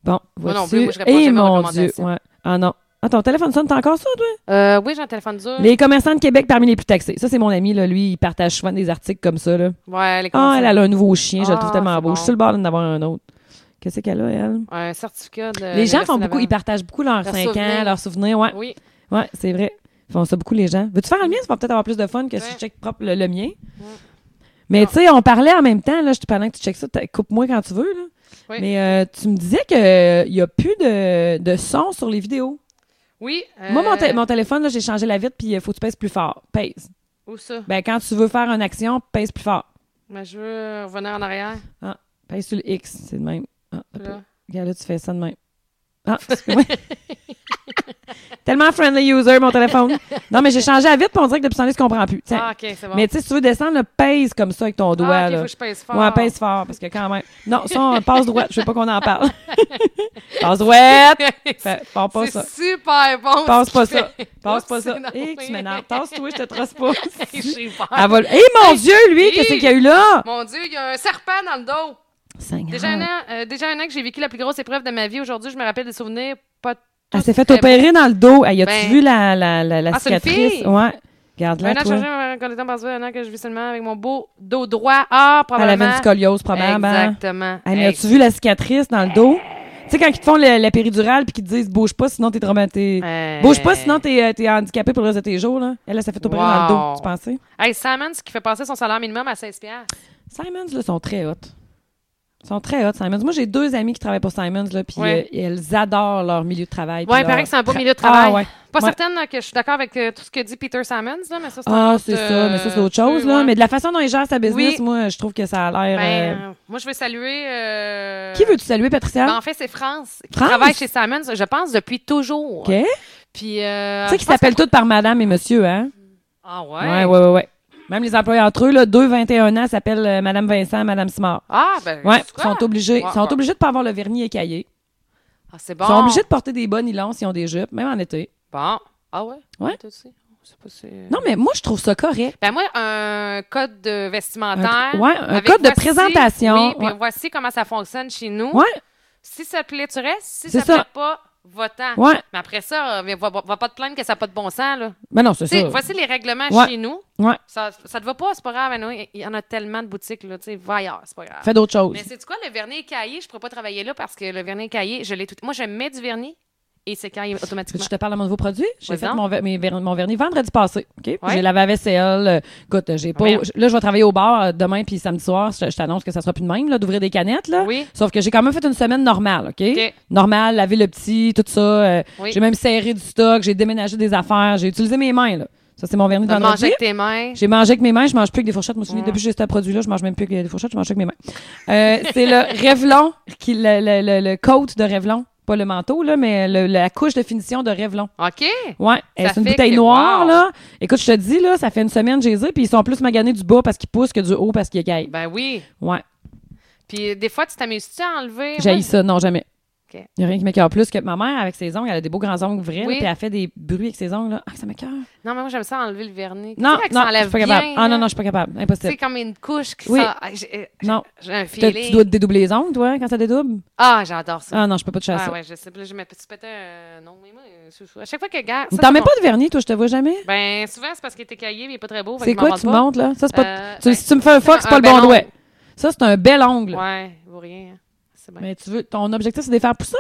Speaker 2: Bon,
Speaker 1: Moi
Speaker 2: vois-tu.
Speaker 1: non plus, moi, je réponds
Speaker 2: Eh,
Speaker 1: jamais aux
Speaker 2: mon Dieu.
Speaker 1: recommandations.
Speaker 2: Ouais. Ah non. Ah, ton téléphone sonne, t'as encore ça, toi?
Speaker 1: Euh, oui, j'ai un téléphone dur.
Speaker 2: Les commerçants de Québec parmi les plus taxés. Ça, c'est mon ami, là. Lui, il partage souvent des articles comme ça, là.
Speaker 1: Ouais, les
Speaker 2: Ah, elle,
Speaker 1: conseils.
Speaker 2: elle a un nouveau chien, je le
Speaker 1: Ah,
Speaker 2: trouve tellement
Speaker 1: c'est
Speaker 2: beau.
Speaker 1: bon.
Speaker 2: Je suis sur le bord d'en avoir un autre. Qu'est-ce qu'elle a, elle?
Speaker 1: Un certificat de.
Speaker 2: les gens
Speaker 1: Merci
Speaker 2: font beaucoup,
Speaker 1: Laval.
Speaker 2: ils partagent beaucoup leurs
Speaker 1: Leurs
Speaker 2: 5 ans,
Speaker 1: souvenirs.
Speaker 2: leurs souvenirs. Ouais,
Speaker 1: Oui.
Speaker 2: ouais c'est vrai. Ils font ça beaucoup, les gens. Veux-tu faire le mien? Ça va peut-être avoir plus de fun que si
Speaker 1: Ouais.
Speaker 2: je check propre le, le mien.
Speaker 1: Ouais.
Speaker 2: Mais tu sais, on parlait en même temps, là, je te pendant que tu checkes ça, t'as- coupe-moi quand tu veux, là.
Speaker 1: Oui.
Speaker 2: Mais euh, tu me disais qu'il n'y a plus de, de son sur les vidéos.
Speaker 1: Oui.
Speaker 2: Moi, mon,
Speaker 1: euh,
Speaker 2: tél- mon téléphone, là, j'ai changé la vitre, puis il faut que tu pèses plus fort. Pèse.
Speaker 1: Où ça?
Speaker 2: Ben, quand tu veux faire une action, pèse plus fort.
Speaker 1: Mais je veux revenir en arrière.
Speaker 2: Pèse sur le X, c'est de même. Ah, hop,
Speaker 1: Là.
Speaker 2: Regarde, là, tu fais ça de même. Ah, excuse-moi. Tellement friendly user, mon téléphone. Non, mais j'ai changé à vite, puis on dirait que depuis ce temps-là, je comprends plus. Tiens.
Speaker 1: Ah, OK, c'est bon.
Speaker 2: Mais tu sais, si tu veux descendre, là, pèse comme ça avec ton doigt.
Speaker 1: ah, OK,
Speaker 2: là.
Speaker 1: faut que je pèse fort.
Speaker 2: Ouais, pèse fort, parce que quand même. Non, ça, on passe droite. Je veux pas qu'on en parle. passe droite! Fais- Fais pas ça.
Speaker 1: C'est super bon.
Speaker 2: Passe
Speaker 1: ce
Speaker 2: pas
Speaker 1: qu'il
Speaker 2: ça.
Speaker 1: fait.
Speaker 2: Passe pas
Speaker 1: Oups,
Speaker 2: ça.
Speaker 1: non,
Speaker 2: Hé,
Speaker 1: oui.
Speaker 2: tu m'énerves. Tasse-toi, je te trace pas.
Speaker 1: Hey, J'ai peur.
Speaker 2: Elle va... Hé, mon Dieu, lui, qu'est-ce qu'il y a eu là?
Speaker 1: Mon Dieu, il y a un serpent dans le dos.
Speaker 2: Ah. Seigneur.
Speaker 1: Déjà, un an, euh, déjà un an que j'ai vécu la plus grosse épreuve de ma vie. Aujourd'hui, je me rappelle des souvenirs. Pas...
Speaker 2: Elle s'est faite
Speaker 1: très
Speaker 2: opérer dans le dos. Hey, as-tu
Speaker 1: Ben-
Speaker 2: vu la, la, la, la
Speaker 1: Ah, c'est une
Speaker 2: cicatrice?
Speaker 1: fille?
Speaker 2: Ouais.
Speaker 1: Un
Speaker 2: Regarde-la,
Speaker 1: an de
Speaker 2: toi.
Speaker 1: changé ma condition parce que un an que je vis seulement avec mon beau dos droit. Ah,
Speaker 2: Elle avait
Speaker 1: probablement.
Speaker 2: une scoliose, probablement.
Speaker 1: Exactement.
Speaker 2: hein, ben. Hey, mais
Speaker 1: Hey,
Speaker 2: as-tu vu la cicatrice dans le dos? Tu sais, quand ils te font le- la péridurale puis qu'ils te disent bouge pas, sinon t'es traumatisé.
Speaker 1: euh,
Speaker 2: Bouge pas, sinon t'es euh, t'es handicapé pour le reste de tes jours. Là. Elle, elle s'est fait opérer dans le dos,
Speaker 1: Wow.
Speaker 2: tu pensais?
Speaker 1: Hey, Simon, ce qui fait passer son salaire minimum à 16 piastres.
Speaker 2: Simons, là, sont très hautes. Ils sont très hautes, Simons. Moi, j'ai deux amis qui travaillent pour Simons, là, puis
Speaker 1: Ouais.
Speaker 2: euh, elles adorent leur milieu de travail. puis
Speaker 1: Ouais, il
Speaker 2: leur
Speaker 1: paraît que c'est un beau
Speaker 2: tra-
Speaker 1: milieu de travail.
Speaker 2: Ah, ouais.
Speaker 1: Pas
Speaker 2: Ouais.
Speaker 1: certaine là, que je suis d'accord avec euh, tout ce que dit Peter Simons, là, mais ça, c'est un
Speaker 2: Ah,
Speaker 1: autre,
Speaker 2: c'est ça.
Speaker 1: euh,
Speaker 2: Mais ça, c'est autre chose,
Speaker 1: truc,
Speaker 2: là.
Speaker 1: ouais.
Speaker 2: Mais de la façon dont ils gèrent sa business,
Speaker 1: Oui.
Speaker 2: moi, je trouve que ça a l'air. euh,
Speaker 1: Ben, euh, moi, je veux saluer. euh,
Speaker 2: Qui veux-tu saluer, Patricia?
Speaker 1: ben, en fait, c'est France qui
Speaker 2: Hein? France?
Speaker 1: travaille chez Simons, je pense, depuis toujours.
Speaker 2: OK.
Speaker 1: Puis, euh,
Speaker 2: Tu sais qu'ils
Speaker 1: je pense-
Speaker 2: s'appellent toutes par madame et monsieur, hein?
Speaker 1: Ah ouais?
Speaker 2: Ouais, ouais, ouais, ouais. Même les employés entre eux, là, 2, 21 ans, s'appellent euh, Madame Vincent, Madame Simard.
Speaker 1: Ah, ben.
Speaker 2: Ouais,
Speaker 1: c'est
Speaker 2: ils
Speaker 1: quoi?
Speaker 2: sont obligés.
Speaker 1: Ouais,
Speaker 2: Ils sont
Speaker 1: ouais.
Speaker 2: obligés de pas avoir le vernis écaillé.
Speaker 1: Ah, c'est
Speaker 2: Ils
Speaker 1: bon.
Speaker 2: sont obligés de porter des bonnes nylons s'ils ont des jupes, même en été.
Speaker 1: Bon. Ah ouais?
Speaker 2: Ouais.
Speaker 1: Toi aussi? Je sais pas si-
Speaker 2: Non, mais moi, je trouve ça correct.
Speaker 1: Ben moi, un code de vestimentaire.
Speaker 2: Un- ouais, un
Speaker 1: avec
Speaker 2: code de
Speaker 1: voici-
Speaker 2: présentation.
Speaker 1: Oui, puis
Speaker 2: Ouais.
Speaker 1: voici comment ça fonctionne chez nous.
Speaker 2: Ouais,
Speaker 1: Si ça te plaît, tu restes. Si
Speaker 2: C'est
Speaker 1: ça te
Speaker 2: ça.
Speaker 1: plaît pas, va-t'en.
Speaker 2: ouais.
Speaker 1: Mais après ça, euh, mais va, va- va pas te plaindre que ça n'a pas de bon sens. Là.
Speaker 2: Mais Ben non, c'est
Speaker 1: Tu sais,
Speaker 2: ça.
Speaker 1: Voici les règlements
Speaker 2: Ouais.
Speaker 1: chez nous.
Speaker 2: Ouais.
Speaker 1: Ça, ça te va pas, c'est pas grave. anyway. Il y en a tellement de boutiques. Là, tu sais, va ailleurs, c'est pas grave.
Speaker 2: Fais d'autres choses.
Speaker 1: Mais c'est quoi le vernis écaillé? Je pourrais pas travailler là parce que le vernis écaillé, je l'ai tout. Moi, je mets du vernis et c'est écaillé
Speaker 2: Est-ce que
Speaker 1: automatiquement.
Speaker 2: je te parle de mon nouveau produit? J'ai
Speaker 1: Vas-y
Speaker 2: fait
Speaker 1: donc.
Speaker 2: mon, ver- mes ver- mon vernis vendredi passé. OK?
Speaker 1: Ouais.
Speaker 2: J'ai lavé à vaisselle. euh, Écoute, j'ai pas.
Speaker 1: Merde.
Speaker 2: Là, je vais travailler au bar euh, demain puis samedi soir. Je, je t'annonce que ça sera plus de même, là, d'ouvrir des canettes, là.
Speaker 1: Oui.
Speaker 2: Sauf que j'ai quand même fait une semaine normale, OK?
Speaker 1: OK.
Speaker 2: Normale, laver le petit, tout ça. euh,
Speaker 1: Oui.
Speaker 2: J'ai même serré du stock, j'ai déménagé des affaires, j'ai utilisé mes mains, là. Ça, c'est mon vernis de
Speaker 1: T'as mangé
Speaker 2: vendredi.
Speaker 1: avec tes mains.
Speaker 2: J'ai mangé avec mes mains, je mange plus avec des fourchettes. Moi, je me souviens,
Speaker 1: Ouais.
Speaker 2: depuis que j'ai ce produit-là, je mange même plus avec des fourchettes, je mange avec mes mains. Euh, c'est le Revlon, qui, le, le, le- le coat de Revlon. Pas le manteau, là, mais le- la couche de finition de Revlon.
Speaker 1: OK.
Speaker 2: Ouais, euh,
Speaker 1: Ça
Speaker 2: c'est une
Speaker 1: fait
Speaker 2: bouteille
Speaker 1: que-
Speaker 2: noire,
Speaker 1: wow.
Speaker 2: là. Écoute, je te dis, là, ça fait une semaine, j'ai dit, puis ils sont plus maganés du bas parce qu'ils poussent que du haut parce qu'ils écaillent.
Speaker 1: Ben oui.
Speaker 2: Ouais,
Speaker 1: Puis euh, des fois, tu t'amuses-tu à enlever?
Speaker 2: j'ai
Speaker 1: Moi,
Speaker 2: ça, non, jamais.
Speaker 1: Ok.
Speaker 2: Il n'y a rien qui m'écœure plus que ma mère, avec ses ongles, elle a des beaux grands ongles vrais, là,
Speaker 1: Oui.
Speaker 2: puis elle fait des bruits avec ses ongles, là. Ah, que ça m'écœure.
Speaker 1: Non, mais moi, j'aime ça enlever le vernis.
Speaker 2: Non,
Speaker 1: Tu sais, quand
Speaker 2: non,
Speaker 1: ça
Speaker 2: je suis
Speaker 1: enlève
Speaker 2: pas
Speaker 1: bien,
Speaker 2: capable. Ah non,
Speaker 1: là.
Speaker 2: non, je suis pas capable.
Speaker 1: Tu sais,
Speaker 2: Impossible.
Speaker 1: comme une couche qui
Speaker 2: Oui.
Speaker 1: sort. Ah, J'ai
Speaker 2: Non,
Speaker 1: j'ai un
Speaker 2: T'as-
Speaker 1: feeling.
Speaker 2: tu dois te dédoubler les ongles, toi, quand ça dédouble?
Speaker 1: Ah, j'adore ça.
Speaker 2: Ah non, je peux pas te
Speaker 1: Ah,
Speaker 2: chasser.
Speaker 1: ouais, je sais. Puis là, je me suis pété un... Non, mais moi, euh, sous- sous- à chaque fois que... gars, ça,
Speaker 2: T'en
Speaker 1: c'est
Speaker 2: mets
Speaker 1: mon-
Speaker 2: pas de vernis, toi, je te vois jamais.
Speaker 1: Ben, souvent, c'est parce qu'il était caillé, mais il est pas très beau. fait
Speaker 2: C'est
Speaker 1: que je m'en
Speaker 2: quoi, tu
Speaker 1: rends
Speaker 2: montes, là? Ça, c'est
Speaker 1: pas.
Speaker 2: pas.
Speaker 1: Euh,
Speaker 2: tu-
Speaker 1: ben,
Speaker 2: si tu me fais un fuck, c'est
Speaker 1: un
Speaker 2: pas le bon
Speaker 1: bel
Speaker 2: doigt.
Speaker 1: ongle.
Speaker 2: Ça, c'est un bel ongle.
Speaker 1: Ouais, il vaut rien. hein. C'est bien.
Speaker 2: Mais tu veux. Ton objectif, c'est de les faire pousser?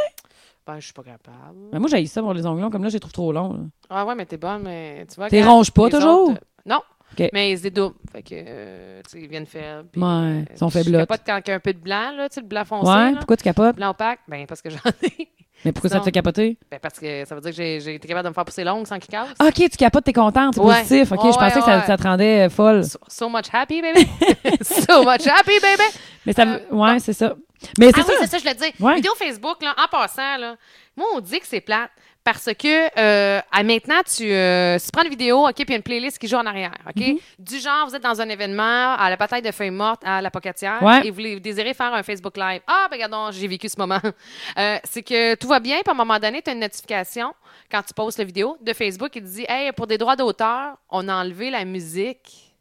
Speaker 1: Ben, je suis pas capable.
Speaker 2: Mais moi, j'ai ça pour les ongles longs, comme là, je les trouve trop longs. là.
Speaker 1: Ah ouais, mais t'es bonne, mais tu vois...
Speaker 2: T'es
Speaker 1: regarde,
Speaker 2: ronge pas
Speaker 1: les
Speaker 2: toujours?
Speaker 1: autres, euh, non.
Speaker 2: Ok.
Speaker 1: Mais ils se dédoublent. Fait que, euh, tu sais, ils viennent faibles. puis,
Speaker 2: Ouais,
Speaker 1: euh,
Speaker 2: ils sont
Speaker 1: puis Je
Speaker 2: faiblottes.
Speaker 1: capote quand il y a un peu de blanc, là, tu sais, le blanc foncé,
Speaker 2: Ouais,
Speaker 1: là.
Speaker 2: pourquoi tu capotes?
Speaker 1: Blanc opaque, ben parce que j'en ai.
Speaker 2: Mais pourquoi ça te
Speaker 1: Non.
Speaker 2: fait capoter?
Speaker 1: Ben parce que ça veut dire que j'ai, j'ai été capable de me faire pousser longue sans qu'il casse.
Speaker 2: Ah, Ok, tu capotes, t'es contente, c'est
Speaker 1: Ouais.
Speaker 2: positif. Ok,
Speaker 1: Ouais,
Speaker 2: je pensais que ça,
Speaker 1: ouais. Ah,
Speaker 2: ça te rendait euh, folle.
Speaker 1: So, so much happy, baby. so much happy, baby.
Speaker 2: Mais ça.
Speaker 1: Euh,
Speaker 2: ouais, c'est ça. Mais c'est
Speaker 1: ah oui,
Speaker 2: ça.
Speaker 1: c'est ça, je le dis.
Speaker 2: Ouais.
Speaker 1: Vidéo Facebook, là, en passant, là, moi, on dit que c'est plate parce que euh, à maintenant, tu, euh, si tu prends une vidéo, OK, puis il y a une playlist qui joue en arrière, OK?
Speaker 2: Mm-hmm.
Speaker 1: Du genre, vous êtes dans un événement à la bataille de feuilles mortes à la Pocatière
Speaker 2: Ouais.
Speaker 1: et vous, voulez- vous désirez faire un Facebook Live. Ah, ben, regardons, j'ai vécu ce moment. Euh, c'est que tout va bien, puis à un moment donné, tu as une notification quand tu postes la vidéo de Facebook qui te dit Hey, pour des droits d'auteur, on a enlevé la musique.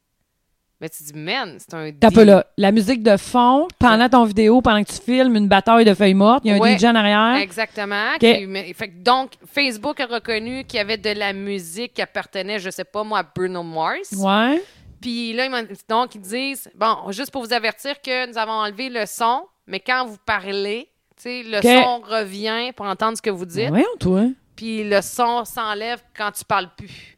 Speaker 1: Mais tu dis, man, c'est un.
Speaker 2: T'as
Speaker 1: deal.
Speaker 2: pas là. La musique de fond, pendant ton vidéo, pendant que tu filmes une bataille de feuilles mortes, il y a un
Speaker 1: Ouais.
Speaker 2: DJ en arrière.
Speaker 1: Exactement.
Speaker 2: OK.
Speaker 1: Qui- mais- fait que donc, Facebook a reconnu qu'il y avait de la musique qui appartenait, je sais pas moi, à Bruno Mars.
Speaker 2: Ouais.
Speaker 1: Puis là, ils m'ont- donc, ils disent, bon, juste pour vous avertir que nous avons enlevé le son, mais quand vous parlez, tu sais, le
Speaker 2: Que-
Speaker 1: son revient pour entendre ce que vous dites,
Speaker 2: Ben Voyons, toi.
Speaker 1: puis le son s'enlève quand tu parles plus.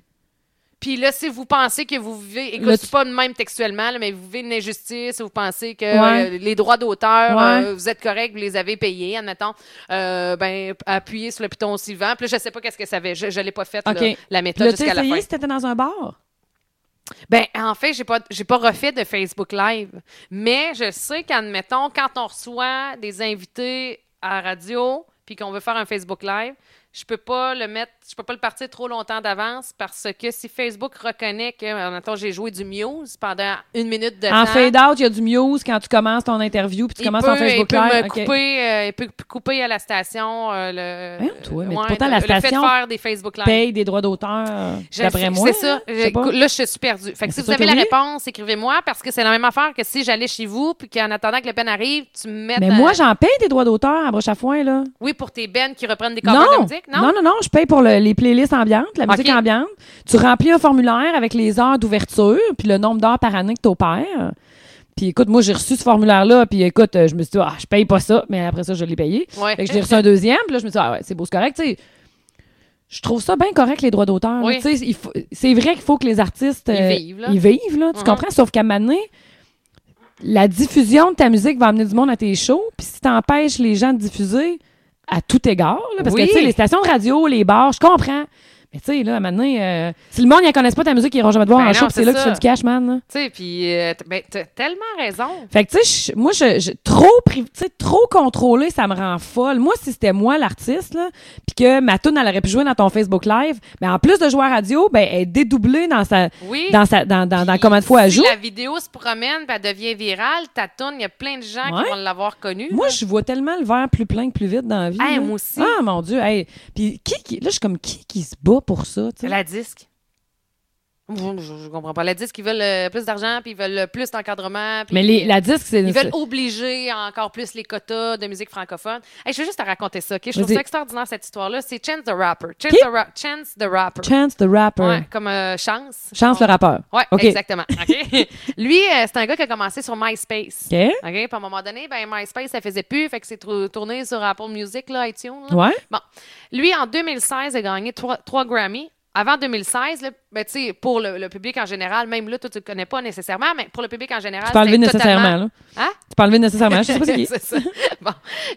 Speaker 1: Puis là, si vous pensez que vous vivez, écoute,
Speaker 2: Là,
Speaker 1: c'est
Speaker 2: tu-
Speaker 1: pas de même textuellement, là, mais vous vivez une injustice, vous pensez que
Speaker 2: Ouais.
Speaker 1: euh, les droits d'auteur,
Speaker 2: Ouais.
Speaker 1: euh, vous êtes correct, vous les avez payés, admettons, euh, ben, appuyez sur le piton suivant. Puis là, je sais pas qu'est-ce que ça avait, je, je l'ai pas fait,
Speaker 2: OK.
Speaker 1: là, la
Speaker 2: Puis
Speaker 1: méthode
Speaker 2: là, tu
Speaker 1: jusqu'à la fin.
Speaker 2: essayé si t'étais dans un bar?
Speaker 1: Ben, en fait, j'ai pas, j'ai pas refait de Facebook Live. Mais je sais qu'admettons, quand on reçoit des invités à radio puis qu'on veut faire un Facebook Live, je peux pas le mettre, je peux pas le partir trop longtemps d'avance parce que si Facebook reconnaît que, euh, admettons, j'ai joué du Muse pendant une minute de temps.
Speaker 2: En fade-out, il y a du muse quand tu commences ton interview, puis tu
Speaker 1: il
Speaker 2: commences
Speaker 1: peut,
Speaker 2: en Facebook
Speaker 1: il peut
Speaker 2: Live.
Speaker 1: me
Speaker 2: OK.
Speaker 1: couper, euh, il peut couper à la station euh, le.
Speaker 2: Voyons, toi, mais
Speaker 1: ouais,
Speaker 2: pourtant,
Speaker 1: le-
Speaker 2: la
Speaker 1: Le fait de
Speaker 2: station
Speaker 1: faire des Facebook Live.
Speaker 2: Paye des droits d'auteur, euh,
Speaker 1: Je-
Speaker 2: d'après moi.
Speaker 1: C'est ça.
Speaker 2: hein? Je sais pas.
Speaker 1: Je- là, je suis perdue. Fait que
Speaker 2: Mais
Speaker 1: si
Speaker 2: c'est
Speaker 1: vous
Speaker 2: sûr
Speaker 1: avez
Speaker 2: que
Speaker 1: la
Speaker 2: oui.
Speaker 1: réponse, écrivez-moi parce que c'est la même affaire que si j'allais chez vous puis qu'en attendant que le pen arrive, tu me mettes.
Speaker 2: Mais
Speaker 1: euh,
Speaker 2: moi, j'en paye des droits d'auteur à broche à foin, là.
Speaker 1: Oui, pour tes bennes qui reprennent des covers de
Speaker 2: Non.
Speaker 1: musique, non?
Speaker 2: non, non, non, je paye pour le- les playlists ambiantes, la musique
Speaker 1: Ok.
Speaker 2: ambiante. Tu remplis un formulaire avec les heures d'ouverture, puis le nombre d'heures par année que t'opères. Puis écoute, moi, j'ai reçu ce formulaire-là, puis écoute, euh, je me suis dit, ah, je paye pas ça, mais après ça, je l'ai payé.
Speaker 1: Ouais.
Speaker 2: Fait que j'ai reçu un deuxième, puis là, je me suis dit, ah ouais, c'est beau, c'est correct, tu sais. Je trouve ça bien correct, les droits d'auteur. là.
Speaker 1: Oui.
Speaker 2: Tu sais, il faut- C'est vrai qu'il faut que les artistes.
Speaker 1: Ils
Speaker 2: euh,
Speaker 1: vivent, là.
Speaker 2: Ils vivent, là. Tu
Speaker 1: Mhm.
Speaker 2: comprends? Sauf qu'à un moment donné, la diffusion de ta musique va amener du monde à tes shows, puis si t'empêches les gens de diffuser à tout égard, là, parce
Speaker 1: Oui.
Speaker 2: que, tu sais, les stations de radio, les bars, je comprends. Mais tu sais, là, à un moment donné, euh, si le monde n'y connaisse pas ta musique, ils iront jamais te voir
Speaker 1: Ben
Speaker 2: en
Speaker 1: non,
Speaker 2: show, puis
Speaker 1: c'est
Speaker 2: c'est là que
Speaker 1: ça.
Speaker 2: tu fais du cash, man. là.
Speaker 1: Tu sais, puis euh, t- ben, t'as tellement raison.
Speaker 2: Fait que, tu sais, je- moi, je, je- trop, pri- tu sais, trop contrôlé, ça me rend folle. Moi, si c'était moi, l'artiste, là, puis que ma tune elle aurait pu jouer dans ton Facebook Live, mais en plus de jouer à radio, ben, elle est dédoublée dans sa,
Speaker 1: Oui.
Speaker 2: dans sa, dans, dans, dans
Speaker 1: Puis
Speaker 2: combien de fois elle
Speaker 1: si
Speaker 2: joue.
Speaker 1: la vidéo se promène, puis elle devient virale, ta tourne, il y a plein de gens qui
Speaker 2: Ouais.
Speaker 1: vont l'avoir connue.
Speaker 2: Moi, je vois tellement le verre plus plein que plus vite dans la vie.
Speaker 1: Hey,
Speaker 2: là.
Speaker 1: moi aussi.
Speaker 2: Ah, mon Dieu. Hey. Puis qui, qui- là, je suis comme qui qui se bat pour ça, tu sais?
Speaker 1: La disque. Je, je- je comprends pas. La disque, ils veulent euh, plus d'argent, puis ils veulent euh, plus d'encadrement. puis-
Speaker 2: Mais les, la disque, c'est.
Speaker 1: Ils veulent
Speaker 2: c'est-
Speaker 1: obliger encore plus les quotas de musique francophone. Hey, je veux juste te raconter ça, OK? Je trouve
Speaker 2: Vas-y.
Speaker 1: ça extraordinaire, cette histoire-là. C'est Chance the Rapper. Chance,
Speaker 2: Qui?
Speaker 1: the, Ra- Chance the Rapper.
Speaker 2: Chance the Rapper.
Speaker 1: Ouais, comme euh, Chance.
Speaker 2: Chance le rappeur.
Speaker 1: Ouais,
Speaker 2: OK.
Speaker 1: exactement. OK? Lui, euh, c'est un gars qui a commencé sur MySpace.
Speaker 2: OK?
Speaker 1: OK? Puis à un moment donné, ben, MySpace, ça faisait plus, fait que c'est trou- tourné sur Apple Music, là, iTunes. là.
Speaker 2: Ouais.
Speaker 1: Bon. Lui, en 2016, a gagné trois, trois Grammy. Avant 2016, là, ben, tu sais, pour le, le public en général, même là, toi, tu ne connais pas nécessairement, mais pour le public en général,
Speaker 2: Tu peux enlever
Speaker 1: c'était
Speaker 2: nécessairement, là.
Speaker 1: Hein?
Speaker 2: Tu peux enlever nécessairement. Je sais pas c'est qui.
Speaker 1: Ah, C'est ça. Bon.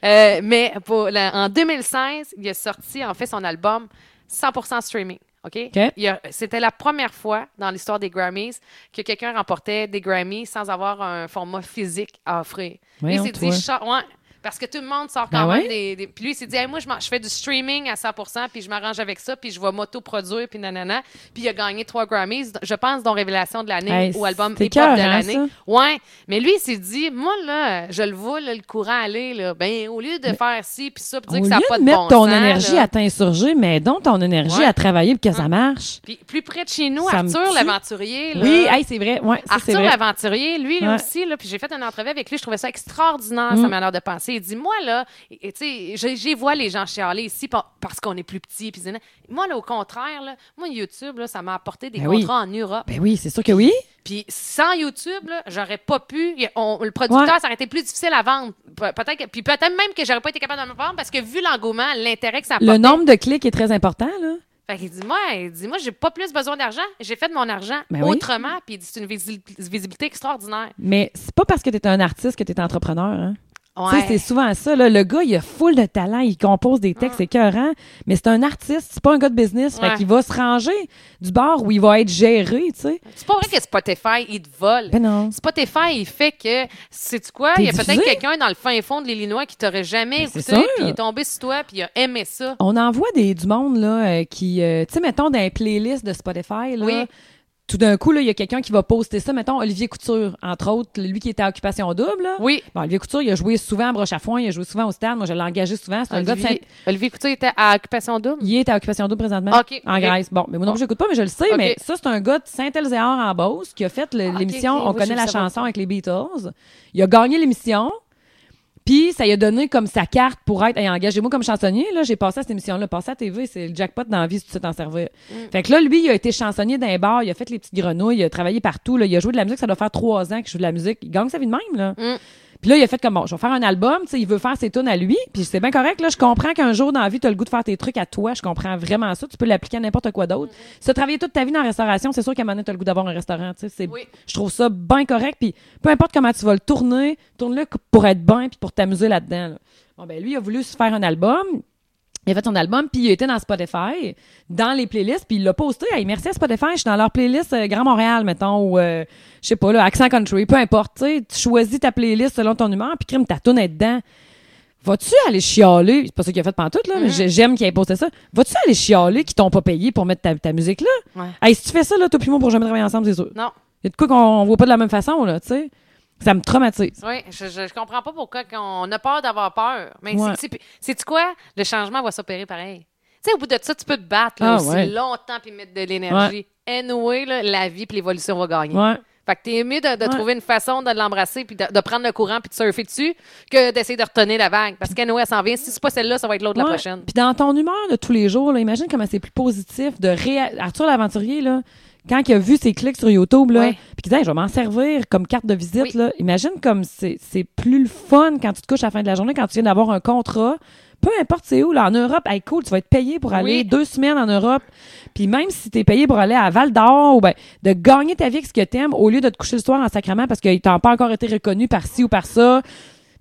Speaker 1: Euh, mais pour la- en 2016, il a sorti en fait son album 100% streaming. OK?
Speaker 2: OK.
Speaker 1: Il a- C'était la première fois dans l'histoire des Grammys que quelqu'un remportait des Grammys sans avoir un format physique à offrir. Lui, il
Speaker 2: Voyons,
Speaker 1: s'est dit,
Speaker 2: toi.
Speaker 1: je sors- ouais, parce que tout le monde sort quand
Speaker 2: Ben
Speaker 1: même
Speaker 2: ouais.
Speaker 1: des, des- Puis lui, il s'est dit, Hey, moi, je, m'en- je fais du streaming à 100 puis je m'arrange avec ça, puis je vais m'auto-produire, puis nanana. Puis il a gagné trois Grammys, je pense, dont Révélation de l'année
Speaker 2: Hey,
Speaker 1: ou album
Speaker 2: c'est
Speaker 1: hip de
Speaker 2: écœurant,
Speaker 1: l'année.
Speaker 2: ça.
Speaker 1: Ouais, mais lui, il s'est dit, moi, là, je le vois, là, le courant aller, là. Ben, au lieu de faire ci, puis ça, puis
Speaker 2: Au
Speaker 1: dire
Speaker 2: lieu
Speaker 1: que ça n'a pas
Speaker 2: de
Speaker 1: de
Speaker 2: mettre
Speaker 1: bon
Speaker 2: ton
Speaker 1: sens,
Speaker 2: énergie
Speaker 1: là.
Speaker 2: à t'insurger, mais donc ton énergie
Speaker 1: Ouais. Hum.
Speaker 2: à travailler pour que ça marche.
Speaker 1: Puis plus près de chez nous,
Speaker 2: Ça me
Speaker 1: Arthur
Speaker 2: tue.
Speaker 1: l'aventurier, là.
Speaker 2: Oui, hey, c'est vrai. Ouais, ça, c'est
Speaker 1: Arthur
Speaker 2: vrai.
Speaker 1: l'aventurier, lui là
Speaker 2: Ouais.
Speaker 1: aussi, là, puis j'ai fait une entrevue avec lui, je trouvais ça extraordinaire, sa
Speaker 2: Mm.
Speaker 1: manière de penser. Il dit, moi, là, et- et tu sais, je- j'y vois les gens chialer ici par- parce qu'on est plus petit. Puis, zénan. moi, là, au contraire, là, moi, YouTube, là, ça m'a apporté des
Speaker 2: Ben oui.
Speaker 1: contrats en Europe.
Speaker 2: Ben oui, c'est sûr que oui.
Speaker 1: Puis sans YouTube, là, j'aurais pas pu. y- on- le producteur,
Speaker 2: Ouais.
Speaker 1: ça aurait été plus difficile à vendre. Pe- Peut-être, que- puis peut-être même que j'aurais pas été capable de me vendre parce que vu l'engouement, l'intérêt que ça
Speaker 2: Le
Speaker 1: apporte.
Speaker 2: nombre de clics est très important, là.
Speaker 1: Fait qu'il dit, moi, il dit, moi, j'ai pas plus besoin d'argent. J'ai fait de mon argent
Speaker 2: Ben oui.
Speaker 1: autrement. Puis il dit, c'est une visi- visibilité extraordinaire.
Speaker 2: Mais c'est pas parce que t'es un artiste que t'es entrepreneur, hein. Tu sais,
Speaker 1: Ouais.
Speaker 2: C'est souvent ça. Là. Le gars, il a full de talent, il compose des textes écœurants, mais c'est un artiste, c'est pas un gars de business.
Speaker 1: Hum. Ouais.
Speaker 2: Fait qu'il va se ranger du bar où il va être géré, tu sais.
Speaker 1: C'est pas vrai que Spotify, il te vole.
Speaker 2: Ben non.
Speaker 1: Spotify, il fait que, sais-tu quoi, il y a
Speaker 2: T'es
Speaker 1: peut-être
Speaker 2: diffusé.
Speaker 1: quelqu'un dans le fin fond de l'Illinois qui t'aurait jamais
Speaker 2: c'est
Speaker 1: écouté,
Speaker 2: sûr.
Speaker 1: puis il est tombé sur toi, puis il a aimé ça.
Speaker 2: On en voit des, du monde là, euh, qui, euh, tu sais, mettons, dans les playlists de Spotify, là,
Speaker 1: Oui.
Speaker 2: tout d'un coup, là, il y a quelqu'un qui va poster ça. Mettons, Olivier Couture, entre autres, lui qui était à Occupation Double. là.
Speaker 1: Oui.
Speaker 2: Bon, Olivier Couture, il a joué souvent à Broche à Foin, il a joué souvent au Stade. Moi, je l'ai engagé souvent. C'est un gars de Saint-
Speaker 1: Ah, Olivier, Olivier Couture était à Occupation Double.
Speaker 2: Il est à Occupation Double présentement.
Speaker 1: OK,
Speaker 2: En
Speaker 1: OK.
Speaker 2: Grèce. Bon, mais moi non plus, j'écoute pas, mais je le sais.
Speaker 1: OK.
Speaker 2: Mais ça, c'est un gars de Saint-Elzéar en Beauce qui a fait le-
Speaker 1: Ah, OK,
Speaker 2: l'émission
Speaker 1: OK.
Speaker 2: On
Speaker 1: Oui, je
Speaker 2: connaît
Speaker 1: le
Speaker 2: la
Speaker 1: savais pas.
Speaker 2: chanson avec les Beatles. Il a gagné l'émission. Puis ça lui a donné comme sa carte pour être hey, engagez-moi comme chansonnier là, j'ai passé à cette émission là, passé à TV, c'est le jackpot dans la vie si tu sais t'en servir.
Speaker 1: Mm.
Speaker 2: Fait que là lui, il a été chansonnier d'un bar, il a fait les petites grenouilles, il a travaillé partout là, il a joué de la musique, ça doit faire trois ans qu'il joue de la musique, il gagne sa vie de même là.
Speaker 1: Mm.
Speaker 2: Puis là, il a fait comme, bon, je vais faire un album, tu sais, il veut faire ses tunes à lui. Puis c'est bien correct, là, je comprends qu'un jour dans la vie, tu as le goût de faire tes trucs à toi. Je comprends vraiment ça. Tu peux l'appliquer à n'importe quoi d'autre. Si tu travaillé toute ta vie dans la restauration, c'est sûr qu'à un moment donné, tu as le goût d'avoir un restaurant, tu sais. c'est-
Speaker 1: Oui.
Speaker 2: Je trouve ça bien correct. Puis peu importe comment tu vas le tourner, tourne-le pour être bien puis pour t'amuser là-dedans. là. Bon, ben lui, il a voulu se faire un album. Il a fait son album, puis il était dans Spotify, dans les playlists, puis il l'a posté. Hey, merci à Spotify, je suis dans leur playlist euh, Grand Montréal, mettons, ou euh, je sais pas, là, Accent Country, peu importe. tu sais, Tu choisis ta playlist selon ton humeur, puis crime, ta toune est dedans. Vas-tu aller chialer? C'est pas ça qu'il a fait pantoute, là, mais j'ai- j'aime qu'il ait posté ça. Vas-tu aller chialer qui t'ont pas payé pour mettre ta, ta musique là?
Speaker 1: Ouais.
Speaker 2: Hey, si tu fais ça, là, toi puis moi, pour jamais travailler ensemble, c'est sûr.
Speaker 1: Non.
Speaker 2: Il y a de quoi qu'on voit pas de la même façon, là, tu sais. Ça me traumatise.
Speaker 1: Oui, je, je, je comprends pas pourquoi on a peur d'avoir peur. Mais
Speaker 2: Ouais.
Speaker 1: c'est tu quoi? Le changement va s'opérer pareil. Tu sais, au bout de ça, tu peux te battre là,
Speaker 2: Ah,
Speaker 1: aussi
Speaker 2: ouais.
Speaker 1: longtemps puis mettre de l'énergie. Anyway, là, la vie puis l'évolution va gagner.
Speaker 2: Ouais.
Speaker 1: Fait que t'es mieux de, de
Speaker 2: Ouais.
Speaker 1: trouver une façon de l'embrasser puis de, de prendre le courant puis de surfer dessus que d'essayer de retenir la vague. Parce qu'anyway, elle s'en vient. Si c'est pas celle-là, ça va être l'autre la
Speaker 2: Ouais.
Speaker 1: prochaine.
Speaker 2: Puis dans ton humeur de tous les jours, là, imagine comment c'est plus positif de réa- Arthur l'aventurier là, quand il a vu ses clics sur YouTube là,
Speaker 1: Ouais.
Speaker 2: puis qu'il dit Hey, je vais m'en servir comme carte de visite
Speaker 1: Oui.
Speaker 2: là. Imagine comme c'est c'est plus le fun quand tu te couches à la fin de la journée quand tu viens d'avoir un contrat. Peu importe c'est où là en Europe, hey cool, tu vas être payé pour aller
Speaker 1: Oui.
Speaker 2: deux semaines en Europe. Puis même si t'es payé pour aller à Val d'Or ou ben de gagner ta vie avec ce que t'aimes au lieu de te coucher le soir en sacrement parce que t'as pas encore été reconnu par ci ou par ça,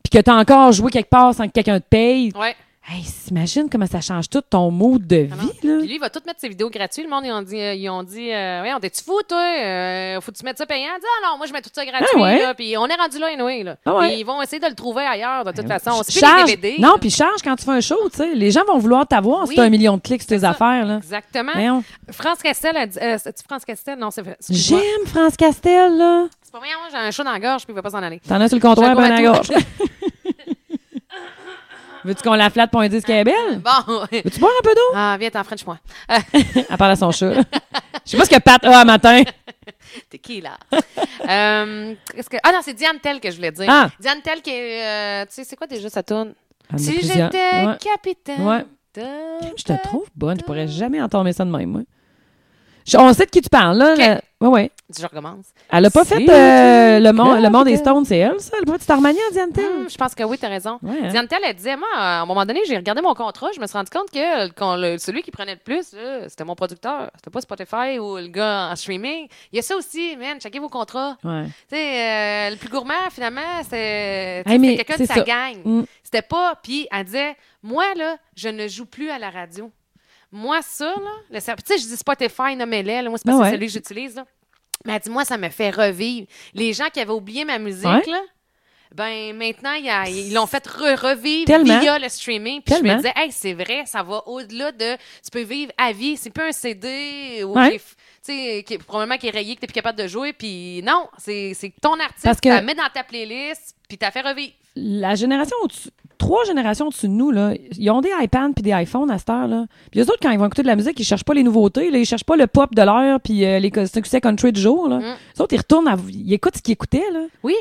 Speaker 2: puis que t'as encore joué quelque part sans que quelqu'un te paye.
Speaker 1: Ouais.
Speaker 2: Hey, s'imagine comment ça change tout ton mode de
Speaker 1: Ah non.
Speaker 2: vie, là.
Speaker 1: Puis lui, il va tout mettre ses vidéos gratuites. Le monde, ils ont dit, euh, ils ont dit euh, Ouais, on t'es-tu fou, toi? Euh, Faut-tu mettre ça payant? Il dit, ah non, moi, je mets tout ça gratuit.
Speaker 2: Ah ouais?
Speaker 1: là. Puis on est rendu là, anyway. Là.
Speaker 2: Ah ouais.
Speaker 1: Et ils vont essayer de le trouver ailleurs, de toute façon. On se fait
Speaker 2: charge.
Speaker 1: des DVD.
Speaker 2: non,
Speaker 1: là.
Speaker 2: puis charge quand tu fais un show, tu sais. Les gens vont vouloir t'avoir si
Speaker 1: Oui.
Speaker 2: t'as un million de clics sur tes
Speaker 1: ça.
Speaker 2: affaires, là.
Speaker 1: Exactement.
Speaker 2: Voyons.
Speaker 1: France Castel a dit. euh, C'est-tu France Castel? Non, c'est. excuse-moi.
Speaker 2: J'aime France Castel, là.
Speaker 1: C'est pas vrai, moi, j'ai un chat dans la gorge, puis il va pas s'en aller.
Speaker 2: T'en as sur le comptoir,
Speaker 1: J'ai
Speaker 2: ben à
Speaker 1: un
Speaker 2: gauche. Veux-tu qu'on la flatte pour un disque qu'elle est belle?
Speaker 1: Bon.
Speaker 2: Veux-tu boire un peu d'eau?
Speaker 1: Ah, viens, t'es en French-moi.
Speaker 2: Elle parle à son chat, là. Je sais pas ce que Pat a à matin.
Speaker 1: T'es qui, là? Euh, qu'est-ce que... Ah non, c'est Diane Tell que je voulais dire.
Speaker 2: Ah.
Speaker 1: Diane Tell qui est. euh, tu sais, c'est quoi déjà sa tourne?
Speaker 2: Elle en a
Speaker 1: Si
Speaker 2: plusieurs.
Speaker 1: j'étais
Speaker 2: Ouais.
Speaker 1: capitaine.
Speaker 2: Ouais.
Speaker 1: de-
Speaker 2: Je te trouve bonne. Je pourrais jamais entendre ça de même, moi. Je- On sait de qui tu parles, là.
Speaker 1: Ok.
Speaker 2: la- Ouais, ouais.
Speaker 1: Je recommence.
Speaker 2: Elle a pas fait euh, le, monde, le monde des Stones, c'est elle, ça? Elle a pas fait Star Mania, Diane Tell?
Speaker 1: Hum, je pense que oui, t'as raison.
Speaker 2: Ouais, hein.
Speaker 1: Diane Tell, elle disait, moi, à un moment donné, j'ai regardé mon contrat, je me suis rendu compte que le- qu'on- le- celui qui prenait le plus, là, c'était mon producteur. C'était pas Spotify ou le gars en streaming. Il y a ça aussi, man, checkez vos contrats.
Speaker 2: Ouais.
Speaker 1: Tu sais, euh, le plus gourmand, finalement, c'est tu
Speaker 2: Hey,
Speaker 1: sais,
Speaker 2: mais
Speaker 1: c'est quelqu'un
Speaker 2: c'est
Speaker 1: de sa
Speaker 2: ça.
Speaker 1: gang.
Speaker 2: Mm.
Speaker 1: C'était pas. Puis elle disait, moi, là, je ne joue plus à la radio. Moi, ça, là, le ser- Tu sais, je dis Spotify, nommez-le. là. Moi, c'est parce
Speaker 2: Ah
Speaker 1: que
Speaker 2: ouais.
Speaker 1: c'est celui que j'utilise. là. Mais elle dit, moi, ça me fait revivre. Les gens qui avaient oublié ma musique,
Speaker 2: Ouais.
Speaker 1: là, ben maintenant, il y a- ils l'ont fait re- revivre
Speaker 2: Tellement.
Speaker 1: via le streaming. Puis je me
Speaker 2: Tellement.
Speaker 1: disais, hey, c'est vrai, ça va au-delà de. Tu peux vivre à vie. C'est plus un CD ou
Speaker 2: Ouais.
Speaker 1: des f- tu sais, qui est- probablement qui est rayé, que t'es plus capable de jouer, puis non, c'est c'est ton artiste,
Speaker 2: Parce que-
Speaker 1: tu la mets dans ta playlist, puis t'as fait revivre.
Speaker 2: La génération au-dessus, trois générations au-dessus de nous, là, ils ont des iPads puis des iPhones à cette heure, là. Puis eux autres, quand ils vont écouter de la musique, ils cherchent pas les nouveautés, là. Ils cherchent pas le pop de l'heure puis euh, les co- succès country du jour, là.
Speaker 1: Mm.
Speaker 2: Eux autres, ils retournent à, ils écoutent ce qu'ils écoutaient, là.
Speaker 1: Oui.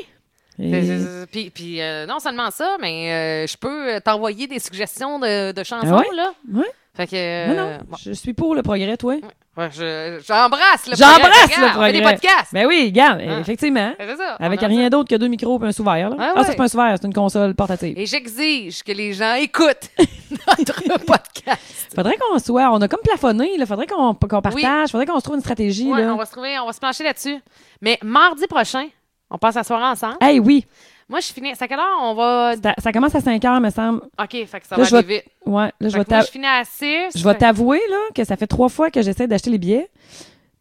Speaker 2: Et-
Speaker 1: Puis, puis euh, non seulement ça, mais euh, je peux euh, t'envoyer des suggestions de, de chansons,
Speaker 2: Ah ouais?
Speaker 1: là.
Speaker 2: Ouais.
Speaker 1: Fait que...
Speaker 2: Non,
Speaker 1: euh,
Speaker 2: non,
Speaker 1: bon.
Speaker 2: je suis pour le progrès, toi.
Speaker 1: Ouais, je- J'embrasse le
Speaker 2: J'embrasse
Speaker 1: progrès,
Speaker 2: le
Speaker 1: regarde, on fait des
Speaker 2: progrès.
Speaker 1: podcasts.
Speaker 2: Ben oui, regarde,
Speaker 1: Ah.
Speaker 2: effectivement.
Speaker 1: C'est ça.
Speaker 2: Avec
Speaker 1: on en-
Speaker 2: rien d'autre que deux micros et un sous-verre, là.
Speaker 1: Ah
Speaker 2: Ah,
Speaker 1: ouais.
Speaker 2: ça, c'est pas un sous-verre, c'est une console portative.
Speaker 1: Et j'exige que les gens écoutent notre podcast.
Speaker 2: Faudrait qu'on soit, on a comme plafonné, là. Faudrait qu'on qu'on partage,
Speaker 1: Oui.
Speaker 2: faudrait qu'on se trouve une stratégie,
Speaker 1: Ouais,
Speaker 2: là.
Speaker 1: on va se trouver, on va se plancher là-dessus. Mais mardi prochain, on passe la soirée ensemble.
Speaker 2: Hey, oui.
Speaker 1: Moi, je finis. C'est à quelle heure on va.
Speaker 2: Ça, ça commence à 5 heures, me semble.
Speaker 1: OK, fait que ça
Speaker 2: Là, je
Speaker 1: va
Speaker 2: vais-
Speaker 1: aller vite.
Speaker 2: Ouais, là, je
Speaker 1: Fait
Speaker 2: vais
Speaker 1: que moi,
Speaker 2: t'a-
Speaker 1: je finis à 6.
Speaker 2: je vais t'avouer là, que ça fait trois fois que j'essaie d'acheter les billets.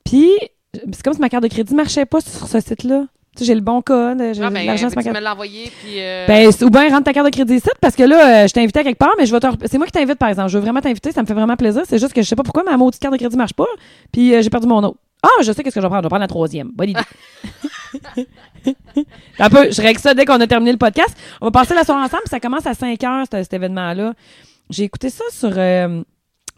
Speaker 2: Puis, c'est comme si ma carte de crédit marchait pas sur ce site-là. Tu sais, j'ai le bon code, j'ai
Speaker 1: Ah,
Speaker 2: de
Speaker 1: ben,
Speaker 2: l'argent sur ma
Speaker 1: tu
Speaker 2: carte.
Speaker 1: me l'as envoyé, puis... euh,
Speaker 2: Ben, c'est- ou bien rentre ta carte de crédit ici parce que là, euh, je t'ai invité à quelque part, mais je vais te... re- c'est moi qui t'invite par exemple. Je veux vraiment t'inviter, ça me fait vraiment plaisir. C'est juste que je sais pas pourquoi ma maudite carte de crédit marche pas, puis euh, j'ai perdu mon autre. Ah, je sais qu'est-ce que je vais prendre. Je vais prendre la troisième. Bonne idée. Un peu, je règle ça dès qu'on a terminé le podcast. On va passer la soirée ensemble, puis ça commence à 5 heures, cet, cet événement-là. J'ai écouté ça sur. euh,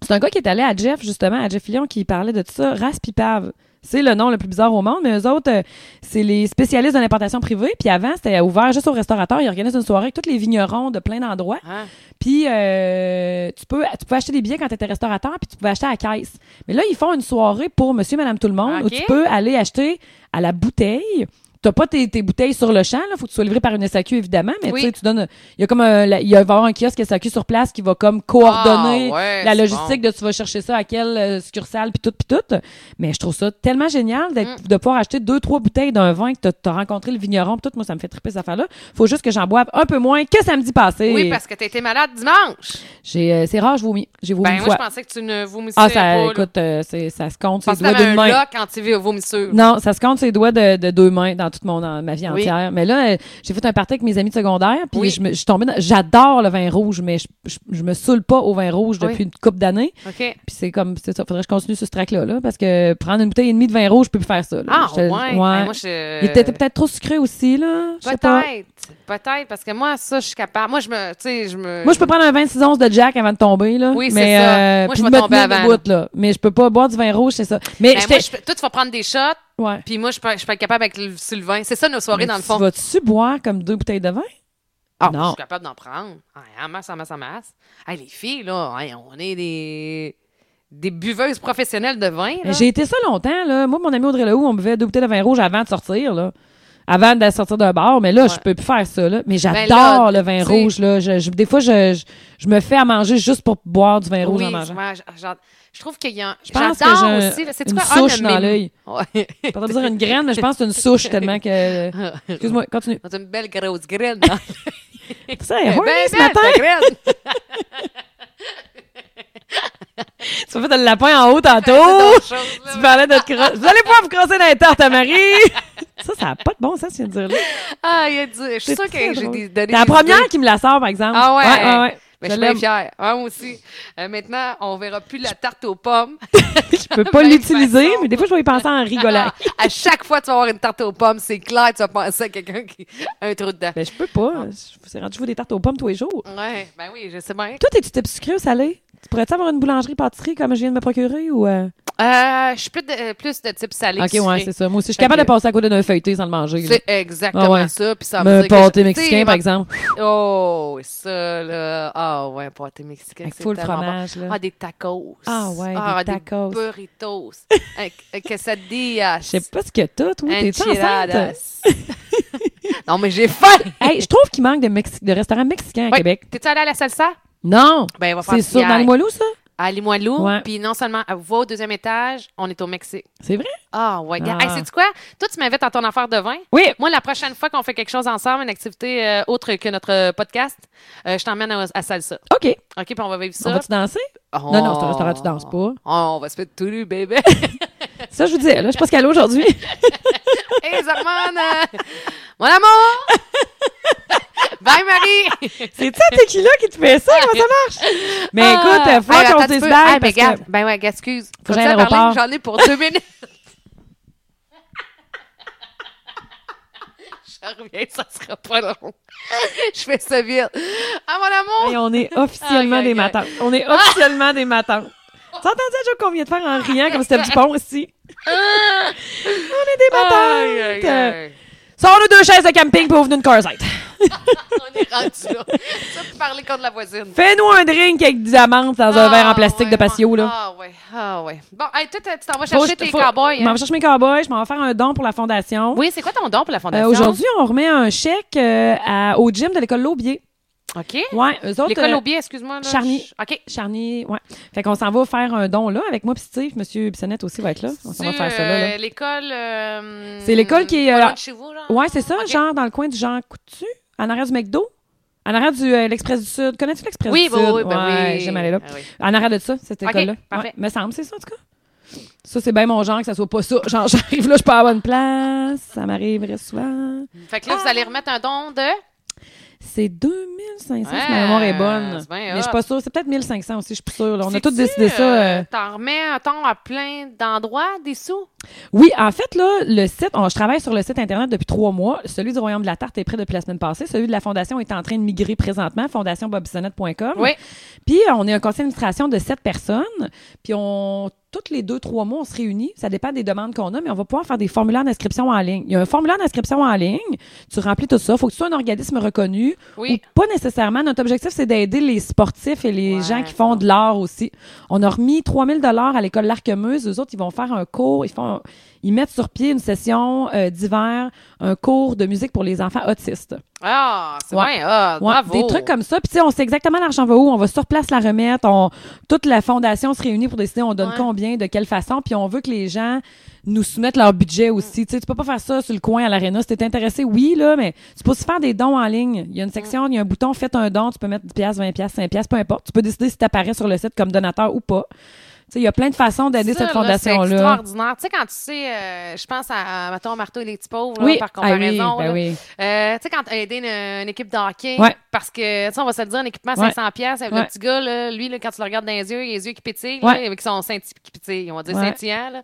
Speaker 2: c'est un gars qui est allé à Jeff, justement, à Jeff Lyon, qui parlait de tout ça. Raspipave. C'est le nom le plus bizarre au monde, mais eux autres, euh, c'est les spécialistes de l'importation privée. Puis avant, c'était ouvert juste aux restaurateurs. Ils organisent une soirée avec tous les vignerons de plein d'endroits.
Speaker 1: hein?
Speaker 2: Puis euh, tu peux tu peux acheter des billets quand tu étais restaurateur, puis tu pouvais acheter à la caisse. Mais là, ils font une soirée pour monsieur, madame, tout le monde,
Speaker 1: Ah, ok.
Speaker 2: où tu peux aller acheter à la bouteille. T'as pas tes, tes bouteilles sur le champ, là. Faut que tu sois livré par une SAQ, évidemment. Mais
Speaker 1: Oui.
Speaker 2: tu sais, tu donnes. Il y a comme un. la- Il va y avoir un kiosque SAQ sur place qui va comme coordonner
Speaker 1: Ah, ouais,
Speaker 2: la
Speaker 1: c'est
Speaker 2: logistique de tu vas chercher ça à quelle euh, succursale, puis tout, puis tout. Mais je trouve ça tellement génial
Speaker 1: Mm.
Speaker 2: d'être- de pouvoir acheter deux, trois bouteilles d'un vin que t'as- t'as rencontré le vigneron, puis tout. Moi, ça me fait triper cette affaire-là. Faut juste que j'en boive un peu moins que samedi passé.
Speaker 1: Oui, parce que t'as été malade dimanche.
Speaker 2: J'ai, euh, c'est rare, je vomis. J'ai vomi
Speaker 1: ben,
Speaker 2: une
Speaker 1: moi,
Speaker 2: fois.
Speaker 1: je pensais que tu ne vomissais
Speaker 2: ah,
Speaker 1: pas.
Speaker 2: ça,
Speaker 1: là.
Speaker 2: écoute, euh, c'est- ça se
Speaker 1: Je
Speaker 2: compte ses
Speaker 1: pensais
Speaker 2: doigts
Speaker 1: que t'avais
Speaker 2: d'une
Speaker 1: un
Speaker 2: main.
Speaker 1: lock quand tu vis vomissure.
Speaker 2: Non, ça se compte ses doigts de, de deux mains dans toute mon en- ma vie
Speaker 1: Oui.
Speaker 2: entière. Mais là, euh, j'ai fait un party avec mes amis de secondaire, puis
Speaker 1: Oui.
Speaker 2: je, me- je suis tombée dans- J'adore le vin rouge, mais je, je, je me saoule pas au vin rouge depuis
Speaker 1: Oui.
Speaker 2: une couple d'années.
Speaker 1: OK.
Speaker 2: Puis c'est comme c'est ça, faudrait que je continue sur ce track là, là parce que prendre une bouteille et demie de vin rouge, je peux plus faire ça. là.
Speaker 1: Ah,
Speaker 2: Je te-
Speaker 1: ouais. Ben, moi, je...
Speaker 2: Il était peut-être trop sucré aussi là, je sais pas.
Speaker 1: Peut-être. Peut-être, parce que moi, ça, je suis capable. Moi, je me. Tu sais, je me. Ben,
Speaker 2: Moi, je peux prendre un 26 onces de Jack avant de tomber, là.
Speaker 1: Oui, c'est
Speaker 2: mais,
Speaker 1: ça.
Speaker 2: euh,
Speaker 1: Moi,
Speaker 2: puis
Speaker 1: je vais
Speaker 2: de me
Speaker 1: tomber
Speaker 2: tenir
Speaker 1: avant,
Speaker 2: debout, là. Mais je peux pas boire du vin rouge, c'est ça. Mais
Speaker 1: Ben,
Speaker 2: j'étais-
Speaker 1: moi, je peux- Toi, tu vas prendre des shots,
Speaker 2: Ouais.
Speaker 1: puis moi, je peux, je peux être capable avec le Sylvain. C'est ça, nos soirées,
Speaker 2: Mais
Speaker 1: dans le
Speaker 2: tu
Speaker 1: fond.
Speaker 2: Vas-tu boire comme deux bouteilles de vin?
Speaker 1: Ah,
Speaker 2: Non.
Speaker 1: Je suis capable d'en prendre. Ah, en masse, en masse, en masse. Hey, les filles, là, hey, on est des. des buveuses professionnelles de vin. là.
Speaker 2: Mais J'ai été ça longtemps, là. Moi, mon ami Audrey Lehoux, on buvait deux bouteilles de vin rouge avant de sortir, là. Avant de sortir d'un bar, mais là, je peux plus faire ça, Ben, là. Mais
Speaker 1: là,
Speaker 2: j'adore le vin
Speaker 1: tu sais-
Speaker 2: rouge, là. Je, je- des fois, je, je, je me fais à manger juste pour boire du vin rouge
Speaker 1: Oui,
Speaker 2: en mangeant.
Speaker 1: moi, j- j'ad- je trouve qu'il y a.
Speaker 2: Je pense que
Speaker 1: J'adore
Speaker 2: j'ai un-
Speaker 1: aussi. là. C'est-tu
Speaker 2: une
Speaker 1: quoi? Ah,
Speaker 2: souche
Speaker 1: le
Speaker 2: dans
Speaker 1: mime.
Speaker 2: l'œil.
Speaker 1: Ouais.
Speaker 2: Je pourrais dire une graine, mais je pense que c'est une souche tellement que... Excuse-moi, continue.
Speaker 1: T'as une belle grosse graine. hein?
Speaker 2: Ça, est
Speaker 1: Ben,
Speaker 2: horny, ce
Speaker 1: belle,
Speaker 2: matin,
Speaker 1: ta graine.
Speaker 2: tu m'as fait le lapin en haut tantôt.
Speaker 1: d'autres choses, là.
Speaker 2: Oh. tu parlais de te cro- Vous allez pouvoir vous crosser dans les tartes à Marie. ça, ça n'a pas de bon sens, tu viens de dire là.
Speaker 1: Ah, il a dit. Je suis
Speaker 2: C'est
Speaker 1: sûre que
Speaker 2: très
Speaker 1: j'ai
Speaker 2: drôle.
Speaker 1: des- donné.
Speaker 2: T'es la
Speaker 1: des
Speaker 2: première
Speaker 1: idées.
Speaker 2: qui me la sort, par exemple.
Speaker 1: Ah ouais.
Speaker 2: ouais, ouais.
Speaker 1: Mais
Speaker 2: Je
Speaker 1: je suis bien
Speaker 2: l'aime.
Speaker 1: fière. Ah, moi aussi. Euh, maintenant, on verra plus la tarte aux pommes.
Speaker 2: Je peux pas
Speaker 1: Ben,
Speaker 2: l'utiliser,
Speaker 1: façon.
Speaker 2: mais des fois, je vais y penser en rigolant.
Speaker 1: Ah, à chaque fois que tu vas avoir une tarte aux pommes, c'est clair, tu vas penser à quelqu'un qui a un trou dedans.
Speaker 2: Mais je peux pas. Je vous ai rendu vous des tartes aux pommes tous les jours.
Speaker 1: Ouais, ben oui, je sais bien.
Speaker 2: Toi, t'es-tu type sucré ou salé? Tu pourrais-tu avoir une boulangerie-pâtisserie comme je viens de me procurer ou. euh?
Speaker 1: Euh, je suis plus de, plus de type salé.
Speaker 2: Ok,
Speaker 1: que
Speaker 2: ouais,
Speaker 1: sucré.
Speaker 2: c'est ça. Moi aussi, je suis
Speaker 1: Fait
Speaker 2: capable de
Speaker 1: que-
Speaker 2: passer à côté d'un feuilleté sans le manger. là.
Speaker 1: C'est exactement
Speaker 2: Ah ouais.
Speaker 1: ça. Puis ça veut
Speaker 2: Un
Speaker 1: dire que
Speaker 2: pâté
Speaker 1: je- tu
Speaker 2: mexicain,
Speaker 1: sais,
Speaker 2: par exemple,
Speaker 1: Oh, ça, là. Ah, ouais, un pâté mexicain.
Speaker 2: avec
Speaker 1: c'est
Speaker 2: full
Speaker 1: tellement bon.
Speaker 2: fromage. là.
Speaker 1: Ah, des tacos.
Speaker 2: Ah ouais, des tacos.
Speaker 1: Des burritos. un, un quesadillas.
Speaker 2: Je sais pas ce que t'as, toi. T'es-tu enceinte?
Speaker 1: Enchiladas. non, mais j'ai faim.
Speaker 2: Hey, je trouve qu'il manque de, Mexi- de restaurants mexicains à
Speaker 1: Ouais.
Speaker 2: Québec.
Speaker 1: T'es-tu allé à la salsa?
Speaker 2: Non!
Speaker 1: Ben, il va
Speaker 2: C'est
Speaker 1: falloir
Speaker 2: sûr,
Speaker 1: qu'il
Speaker 2: dans le
Speaker 1: aille.
Speaker 2: Moilou, ça?
Speaker 1: À Limoilou,
Speaker 2: Ouais.
Speaker 1: puis non seulement à va au deuxième étage, on est au Mexique.
Speaker 2: C'est vrai?
Speaker 1: Ah ouais, gars.
Speaker 2: Ah.
Speaker 1: Hey, sais-tu quoi? Toi, tu m'invites à ton affaire de vin.
Speaker 2: Oui!
Speaker 1: Moi, la prochaine fois qu'on fait quelque chose ensemble, une activité euh, autre que notre euh, podcast, euh, je t'emmène à, à Salsa.
Speaker 2: OK.
Speaker 1: OK, puis on va vivre
Speaker 2: On
Speaker 1: ça.
Speaker 2: va-tu danser?
Speaker 1: Oh.
Speaker 2: Non, non, c'est un restaurant, tu danses pas.
Speaker 1: Oh, on va se mettre tout nu, bébé.
Speaker 2: Ça, je vous disais, là, je suis pas ce qu'elle a aujourd'hui.
Speaker 1: hey, Zarman! euh, Mon amour! Bye, Marie!
Speaker 2: C'est-tu la tequila qui te fait ça? Comment ça marche? Mais écoute,
Speaker 1: Ah,
Speaker 2: euh, faut
Speaker 1: hey, attends
Speaker 2: qu'on se
Speaker 1: un peu.
Speaker 2: dise
Speaker 1: Hey, mais
Speaker 2: bye parce
Speaker 1: regarde,
Speaker 2: que...
Speaker 1: Ben ouais, gars, excuse.
Speaker 2: que
Speaker 1: Faut-tu
Speaker 2: j'aille à
Speaker 1: parler?
Speaker 2: l'aéroport.
Speaker 1: J'en ai pour deux minutes. Je reviens, ça sera pas long. Je fais ça vite. Ah, mon amour!
Speaker 2: Hey, on est officiellement
Speaker 1: Aïe, aïe,
Speaker 2: des
Speaker 1: aïe.
Speaker 2: matantes. On est officiellement des matantes. Tu as entendu la joke qu'on vient de faire en riant comme si c'était du pont ici? on est des
Speaker 1: Ah. Aïe, aïe,
Speaker 2: matantes!
Speaker 1: aïe.
Speaker 2: Sors-nous deux chaises de camping pour ouvrir une corsette.
Speaker 1: On est rendu là. Ça, pour parler contre la voisine.
Speaker 2: Fais-nous un drink avec des amandes dans un
Speaker 1: Ah,
Speaker 2: verre en plastique
Speaker 1: ouais,
Speaker 2: de patio,
Speaker 1: ouais.
Speaker 2: là.
Speaker 1: Ah, ouais, ah, ouais. Bon, hey, toi, t'as- tu t'en vas
Speaker 2: Faut-
Speaker 1: chercher tes
Speaker 2: faut-
Speaker 1: cowboys.
Speaker 2: Je m'en
Speaker 1: hein?
Speaker 2: vais chercher mes cowboys, je m'en vais faire un don pour la fondation.
Speaker 1: Oui, c'est quoi ton don pour la
Speaker 2: Euh,
Speaker 1: fondation?
Speaker 2: Aujourd'hui, on remet un chèque euh, à- au gym de l'école Laubier.
Speaker 1: OK.
Speaker 2: Ouais, eux autres.
Speaker 1: L'école
Speaker 2: euh,
Speaker 1: au biais, excuse-moi. là.
Speaker 2: Charny.
Speaker 1: OK.
Speaker 2: Charnier, ouais. Fait qu'on s'en va faire un don là avec moi puis Steve, monsieur Bissonnette aussi va être là. On s'en va
Speaker 1: Tu,
Speaker 2: faire ça là. là.
Speaker 1: euh, L'école. euh,
Speaker 2: C'est l'école qui est,
Speaker 1: pas
Speaker 2: euh,
Speaker 1: loin de chez vous, genre?
Speaker 2: Ouais, c'est ça,
Speaker 1: euh, Ok.
Speaker 2: genre dans le coin du Jean Coutu, en arrière du McDo, en arrière du euh, l'Express du Sud. Connais-tu l'Express
Speaker 1: Oui,
Speaker 2: du
Speaker 1: ben
Speaker 2: Sud
Speaker 1: oui, ben
Speaker 2: Ouais,
Speaker 1: oui.
Speaker 2: J'aime aller là.
Speaker 1: Ah oui.
Speaker 2: En arrière de ça, cette
Speaker 1: Ok,
Speaker 2: école-là.
Speaker 1: parfait.
Speaker 2: Ouais, me semble, c'est ça en tout cas. Ça, c'est bien mon genre que ça soit pas ça. Genre, j'arrive là, je suis pas à la bonne place. Ça m'arriverait souvent.
Speaker 1: Fait que là, vous
Speaker 2: Ah.
Speaker 1: allez remettre un don de.
Speaker 2: C'est 2500 si ma
Speaker 1: Ouais,
Speaker 2: mémoire est bonne.
Speaker 1: c'est bien
Speaker 2: mais je suis
Speaker 1: hot.
Speaker 2: pas sûre. C'est peut-être 1500 aussi, je suis plus sûre. là. On a
Speaker 1: C'est-tu,
Speaker 2: tous décidé ça. euh,
Speaker 1: euh, T'en remets un ton à plein d'endroits, des sous?
Speaker 2: Oui, en fait, là, le site, on- je travaille sur le site Internet depuis trois mois. Celui du Royaume de la Tarte est prêt depuis la semaine passée. Celui de la Fondation est en train de migrer présentement, fondationbobissonnette.com.
Speaker 1: Oui.
Speaker 2: Puis, euh, on est un conseil d'administration de sept personnes. Puis, on, toutes les deux, trois mois, on se réunit. Ça dépend des demandes qu'on a, mais on va pouvoir faire des formulaires d'inscription en ligne. Il y a un formulaire d'inscription en ligne. Tu remplis tout ça. Il faut que tu sois un organisme reconnu.
Speaker 1: Oui.
Speaker 2: Ou pas nécessairement. Notre objectif, c'est d'aider les sportifs et les
Speaker 1: Ouais,
Speaker 2: gens qui font de l'art aussi. On a remis 3000 dollars à l'école L'Arquemeuse. Eux autres, ils vont faire un cours. Ils font on- ils mettent sur pied une session euh, d'hiver, un cours de musique pour les enfants autistes.
Speaker 1: Ah, c'est
Speaker 2: Ouais.
Speaker 1: bien hot.
Speaker 2: Ouais,
Speaker 1: Bravo.
Speaker 2: Des trucs comme ça. Puis, tu sais, on sait exactement l'argent va où. On va sur place la remettre. On, toute la fondation se réunit pour décider on donne
Speaker 1: Ouais.
Speaker 2: combien, de quelle façon. Puis, on veut que les gens nous soumettent leur budget aussi. Tu sais, tu peux pas faire ça sur le coin à l'aréna. Si t'es intéressé, oui, là, mais tu peux aussi faire des dons en ligne. Il y a une section, il y a un bouton, faites un don. Tu peux mettre 10 piastres, 20 piastres, 5 piastres, peu importe. Tu peux décider si t'apparais sur le site comme donateur ou pas. Tu sais, il y a plein de façons d'aider
Speaker 1: Ça,
Speaker 2: cette
Speaker 1: là, C'est
Speaker 2: fondation-là.
Speaker 1: extraordinaire. Tu sais, quand tu sais, euh, je pense à, à, mettons, Marteau et les petits pauvres, là,
Speaker 2: Oui,
Speaker 1: par
Speaker 2: ah oui,
Speaker 1: comparaison.
Speaker 2: ben
Speaker 1: là.
Speaker 2: oui.
Speaker 1: Euh, tu sais, quand aider une, une équipe de hockey,
Speaker 2: Ouais.
Speaker 1: parce que, tu sais, on va se le dire, un équipement à
Speaker 2: Ouais.
Speaker 1: 500 pièces avec
Speaker 2: Ouais.
Speaker 1: le petit gars, là, lui, là, quand tu le regardes dans les yeux, il a les yeux qui pétillent,
Speaker 2: Ouais.
Speaker 1: là, avec son scinti- qui pétille, on va dire
Speaker 2: Ouais.
Speaker 1: scintillant, là.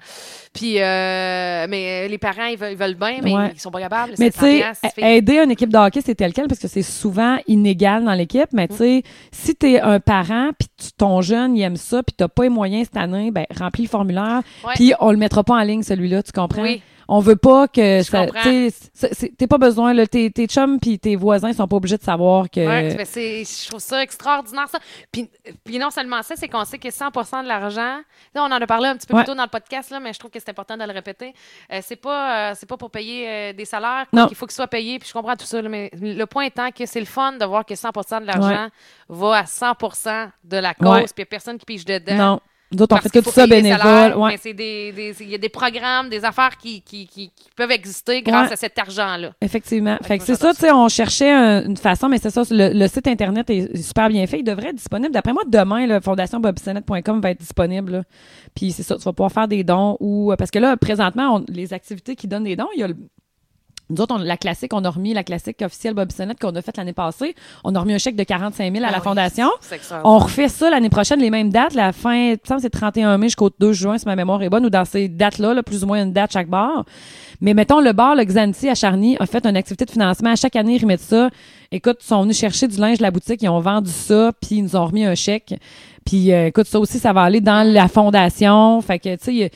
Speaker 1: Puis, euh, mais euh, les parents, ils veulent, ils veulent bien, mais
Speaker 2: Ouais.
Speaker 1: ils sont pas capables.
Speaker 2: Mais tu
Speaker 1: 500
Speaker 2: sais,
Speaker 1: piastres,
Speaker 2: a- aider une équipe de hockey, c'est tel quel parce que c'est souvent inégal dans l'équipe. Mais tu sais, si t'es un parent puis tu- ton jeune, il aime ça puis t'as pas les moyens cette année, ben remplis le formulaire.
Speaker 1: Ouais.
Speaker 2: Puis on le mettra pas en ligne celui-là, tu comprends?
Speaker 1: Oui.
Speaker 2: On veut pas que
Speaker 1: Je
Speaker 2: ça.
Speaker 1: comprends.
Speaker 2: tu sais, c'est- c'est- T'es pas besoin, là. Tes, tes chums puis tes voisins sont pas obligés de savoir que.
Speaker 1: Ouais, mais c'est- je trouve ça extraordinaire, ça. Puis, puis non seulement ça, c'est qu'on sait que 100 de l'argent, là, on en a parlé un petit peu
Speaker 2: Ouais.
Speaker 1: plus tôt dans le podcast, là, mais je trouve que c'est important de le répéter. Euh, c'est pas, euh, c'est pas pour payer euh, des salaires
Speaker 2: Non.
Speaker 1: qu'il faut qu'ils soient payés, puis je comprends tout ça, là, mais le point étant que c'est le fun de voir que 100 de l'argent va à 100 de la cause,
Speaker 2: Ouais.
Speaker 1: puis il n'y a personne qui pige dedans.
Speaker 2: non. D'autres, on
Speaker 1: Parce
Speaker 2: fait
Speaker 1: qu'il
Speaker 2: tout
Speaker 1: faut
Speaker 2: ça
Speaker 1: payer des
Speaker 2: bénévole.
Speaker 1: salaires,
Speaker 2: Ouais.
Speaker 1: mais c'est des- des- Il y a des programmes, des affaires qui, qui, qui, qui peuvent exister grâce
Speaker 2: Ouais.
Speaker 1: à cet argent-là.
Speaker 2: Effectivement.
Speaker 1: que
Speaker 2: Fait que
Speaker 1: moi,
Speaker 2: c'est ça,
Speaker 1: j'adore
Speaker 2: tu sais, on cherchait un- une façon, mais c'est ça, le, le site Internet est super bien fait. Il devrait être disponible. D'après moi, demain, le fondationbobissonnette.com va être disponible. là. Puis c'est ça, tu vas pouvoir faire des dons ou... euh, Parce que là, présentement, on- les activités qui donnent des dons, il y a le... Nous autres, on- la classique, on a remis la classique officielle Bobissonnette qu'on a faite l'année passée. On a remis un chèque de 45 000 à la
Speaker 1: Ah oui,
Speaker 2: fondation.
Speaker 1: c'est extraordinaire.
Speaker 2: On refait ça l'année prochaine, les mêmes dates. La fin, il me semble que c'est 31 mai jusqu'au 2 juin, si ma mémoire est bonne, ou dans ces dates-là, là, plus ou moins une date chaque bar. Mais mettons, le bar, le Xanthi à Charny, a fait une activité de financement. À chaque année, ils remettent ça. Écoute, ils sont venus chercher du linge de la boutique, ils ont vendu ça, puis ils nous ont remis un chèque. Puis euh, écoute, ça aussi, ça va aller dans la fondation. Fait que, tu sais, il y a-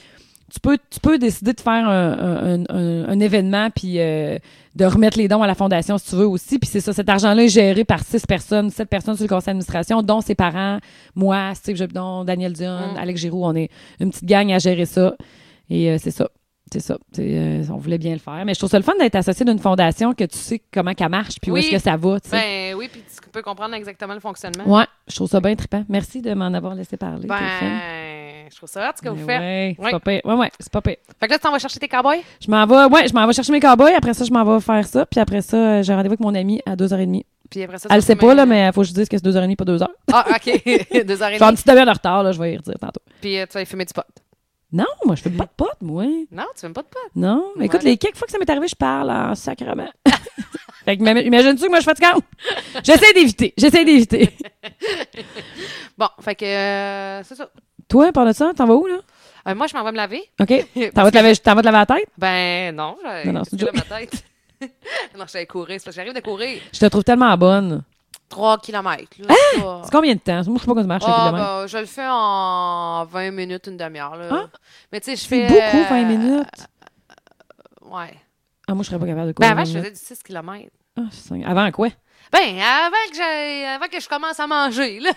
Speaker 2: tu peux, tu peux décider de faire un, un- un- un événement puis euh, de remettre les dons à la fondation si tu veux aussi. Puis c'est ça, cet argent-là est géré par six personnes, sept personnes sur le conseil d'administration, dont ses parents, moi, Steve Jobdon, Daniel Dion,
Speaker 1: Mm.
Speaker 2: Alex Giroux. On est une petite gang à gérer ça. Et euh, c'est ça. C'est ça. C'est, euh, on voulait bien le faire. Mais je trouve ça le fun d'être associé d'une fondation que tu sais comment qu'elle marche puis
Speaker 1: Oui.
Speaker 2: où est-ce que ça va. tu sais.
Speaker 1: Ben oui, puis tu peux comprendre exactement le fonctionnement.
Speaker 2: ouais, je trouve ça bien trippant. Merci de m'en avoir laissé parler. t'es le fun.
Speaker 1: Ben, je trouve ça hot ce que vous
Speaker 2: Ben
Speaker 1: faites.
Speaker 2: ouais, c'est
Speaker 1: Ouais.
Speaker 2: pas pire. Ouais, ouais, c'est pas pire.
Speaker 1: Fait que là, tu t'en vas chercher tes cowboys?
Speaker 2: Je m'en vais, ouais, je m'en vais chercher mes cowboys. Après ça, je m'en vais faire ça. Puis après ça, euh, j'ai rendez-vous avec mon amie à 2h30.
Speaker 1: Puis après ça, tu
Speaker 2: Elle le
Speaker 1: vas
Speaker 2: sait
Speaker 1: filmer-
Speaker 2: pas, là, mais il faut que je dise que c'est 2h30, pas 2h.
Speaker 1: Ah, OK. Deux heures et
Speaker 2: Je vais en
Speaker 1: demie.
Speaker 2: petite demi-heure de retard, là, je vais y redire tantôt.
Speaker 1: Puis euh, tu vas aller fumer du pot.
Speaker 2: Non, moi, je fais pas de potes, moi.
Speaker 1: Non, tu fumes pas de pot.
Speaker 2: Non. Mais Écoute,
Speaker 1: Ouais.
Speaker 2: les quelques fois que ça m'est arrivé, je parle en sacrement. fait que m'im- imagines-tu que moi, je suis fatigante? J'essaie d'éviter. J'essaie d'éviter.
Speaker 1: Bon, fait que euh, c'est ça.
Speaker 2: Toi, parle de ça, t'en vas où, là?
Speaker 1: Euh, moi, je m'en vais me laver.
Speaker 2: OK. T'en vas te laver, t'en vas te laver la tête?
Speaker 1: Ben non, j'ai
Speaker 2: Non, non, c'est une
Speaker 1: ma tête. non, je suis allée courir. C'est parce que j'arrive de courir
Speaker 2: Je te trouve tellement bonne.
Speaker 1: 3 km. Là, C'est pas-
Speaker 2: Ah! C'est combien de temps? Moi, je sais pas comment ça marche, le
Speaker 1: Ah,
Speaker 2: kilomètre.
Speaker 1: ben, je le fais en 20 minutes, une demi-heure. là.
Speaker 2: Ah.
Speaker 1: Mais tu sais, je fais.
Speaker 2: C'est beaucoup, 20
Speaker 1: euh,
Speaker 2: minutes.
Speaker 1: Ouais.
Speaker 2: Ah, moi, je serais pas capable de quoi.
Speaker 1: Ben avant, je faisais du 6 km.
Speaker 2: Ah, Avant quoi?
Speaker 1: Ben, avant que, j'aille- avant que je commence à manger, là.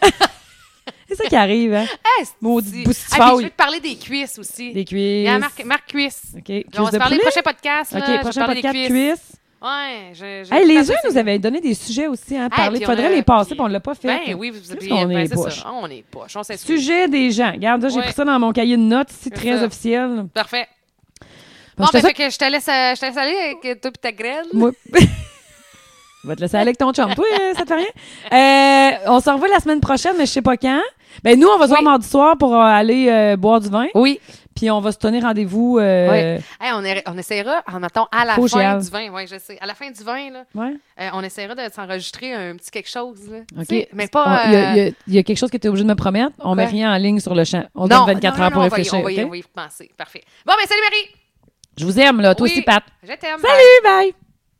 Speaker 2: C'est ça qui arrive, hein?
Speaker 1: Hey, c'est-
Speaker 2: Maudite
Speaker 1: Ah, puis je
Speaker 2: boustifaille.
Speaker 1: vais te parler des cuisses aussi.
Speaker 2: Des
Speaker 1: Il
Speaker 2: cuisses.
Speaker 1: y a Marc, Marc Cuisse.
Speaker 2: OK. Cuisses
Speaker 1: on va se
Speaker 2: de
Speaker 1: parler
Speaker 2: poulet.
Speaker 1: le prochain podcast.
Speaker 2: OK,
Speaker 1: là, je vais
Speaker 2: prochain
Speaker 1: parler
Speaker 2: podcast,
Speaker 1: des
Speaker 2: cuisses.
Speaker 1: cuisses. Ouais, je, je-
Speaker 2: Hey, les
Speaker 1: parce
Speaker 2: gens
Speaker 1: que
Speaker 2: nous
Speaker 1: c'est-
Speaker 2: avaient donné des sujets aussi à
Speaker 1: Hey,
Speaker 2: parler.
Speaker 1: puis
Speaker 2: Il
Speaker 1: on
Speaker 2: faudrait
Speaker 1: a-
Speaker 2: les passer, puis on ne l'a pas fait.
Speaker 1: Ben oui, vous
Speaker 2: Qu'est-ce
Speaker 1: avez
Speaker 2: qu'on est
Speaker 1: ben, c'est
Speaker 2: poche.
Speaker 1: ça. On est poche. On s'excuse.
Speaker 2: Sujet des gens. Regarde, là, j'ai
Speaker 1: Ouais.
Speaker 2: pris ça dans mon cahier de notes ici,
Speaker 1: C'est
Speaker 2: très
Speaker 1: ça.
Speaker 2: officiel.
Speaker 1: Parfait. Bon,
Speaker 2: Bon, je
Speaker 1: ben,
Speaker 2: te
Speaker 1: fait
Speaker 2: souhaite-
Speaker 1: que je te laisse, euh, je te laisse aller avec euh, toi et ta grêle.
Speaker 2: Moi- Je vais te laisser aller avec ton chum. Toi, euh, ça te fait rien? Euh, on se revoit la semaine prochaine, mais je sais pas quand. Ben, nous, on va se voir
Speaker 1: Oui.
Speaker 2: mardi soir pour euh, aller euh, boire du vin.
Speaker 1: Oui.
Speaker 2: Puis on va se donner rendez-vous. euh,
Speaker 1: Hey, on, est- on essaiera, en mettant à la
Speaker 2: Faut que j'y
Speaker 1: fin
Speaker 2: aille.
Speaker 1: du vin. Oui, je sais. À la fin du vin, là,
Speaker 2: ouais.
Speaker 1: euh, on essaiera de s'enregistrer un petit quelque chose. là.
Speaker 2: OK.
Speaker 1: Tu sais, Mais pas.
Speaker 2: On- Il y, a-
Speaker 1: euh,
Speaker 2: il y a- il y a quelque chose que tu es obligé de me promettre. On met
Speaker 1: Quoi?
Speaker 2: rien en ligne sur le champ. On
Speaker 1: non,
Speaker 2: donne 24
Speaker 1: non,
Speaker 2: heures
Speaker 1: non,
Speaker 2: pour
Speaker 1: on va y-
Speaker 2: réfléchir.
Speaker 1: On va y,
Speaker 2: OK?
Speaker 1: on va y penser. Parfait. Bon, ben, salut Marie.
Speaker 2: Je vous aime, là. Toi
Speaker 1: Oui.
Speaker 2: aussi, Pat.
Speaker 1: Je t'aime.
Speaker 2: Salut, bye!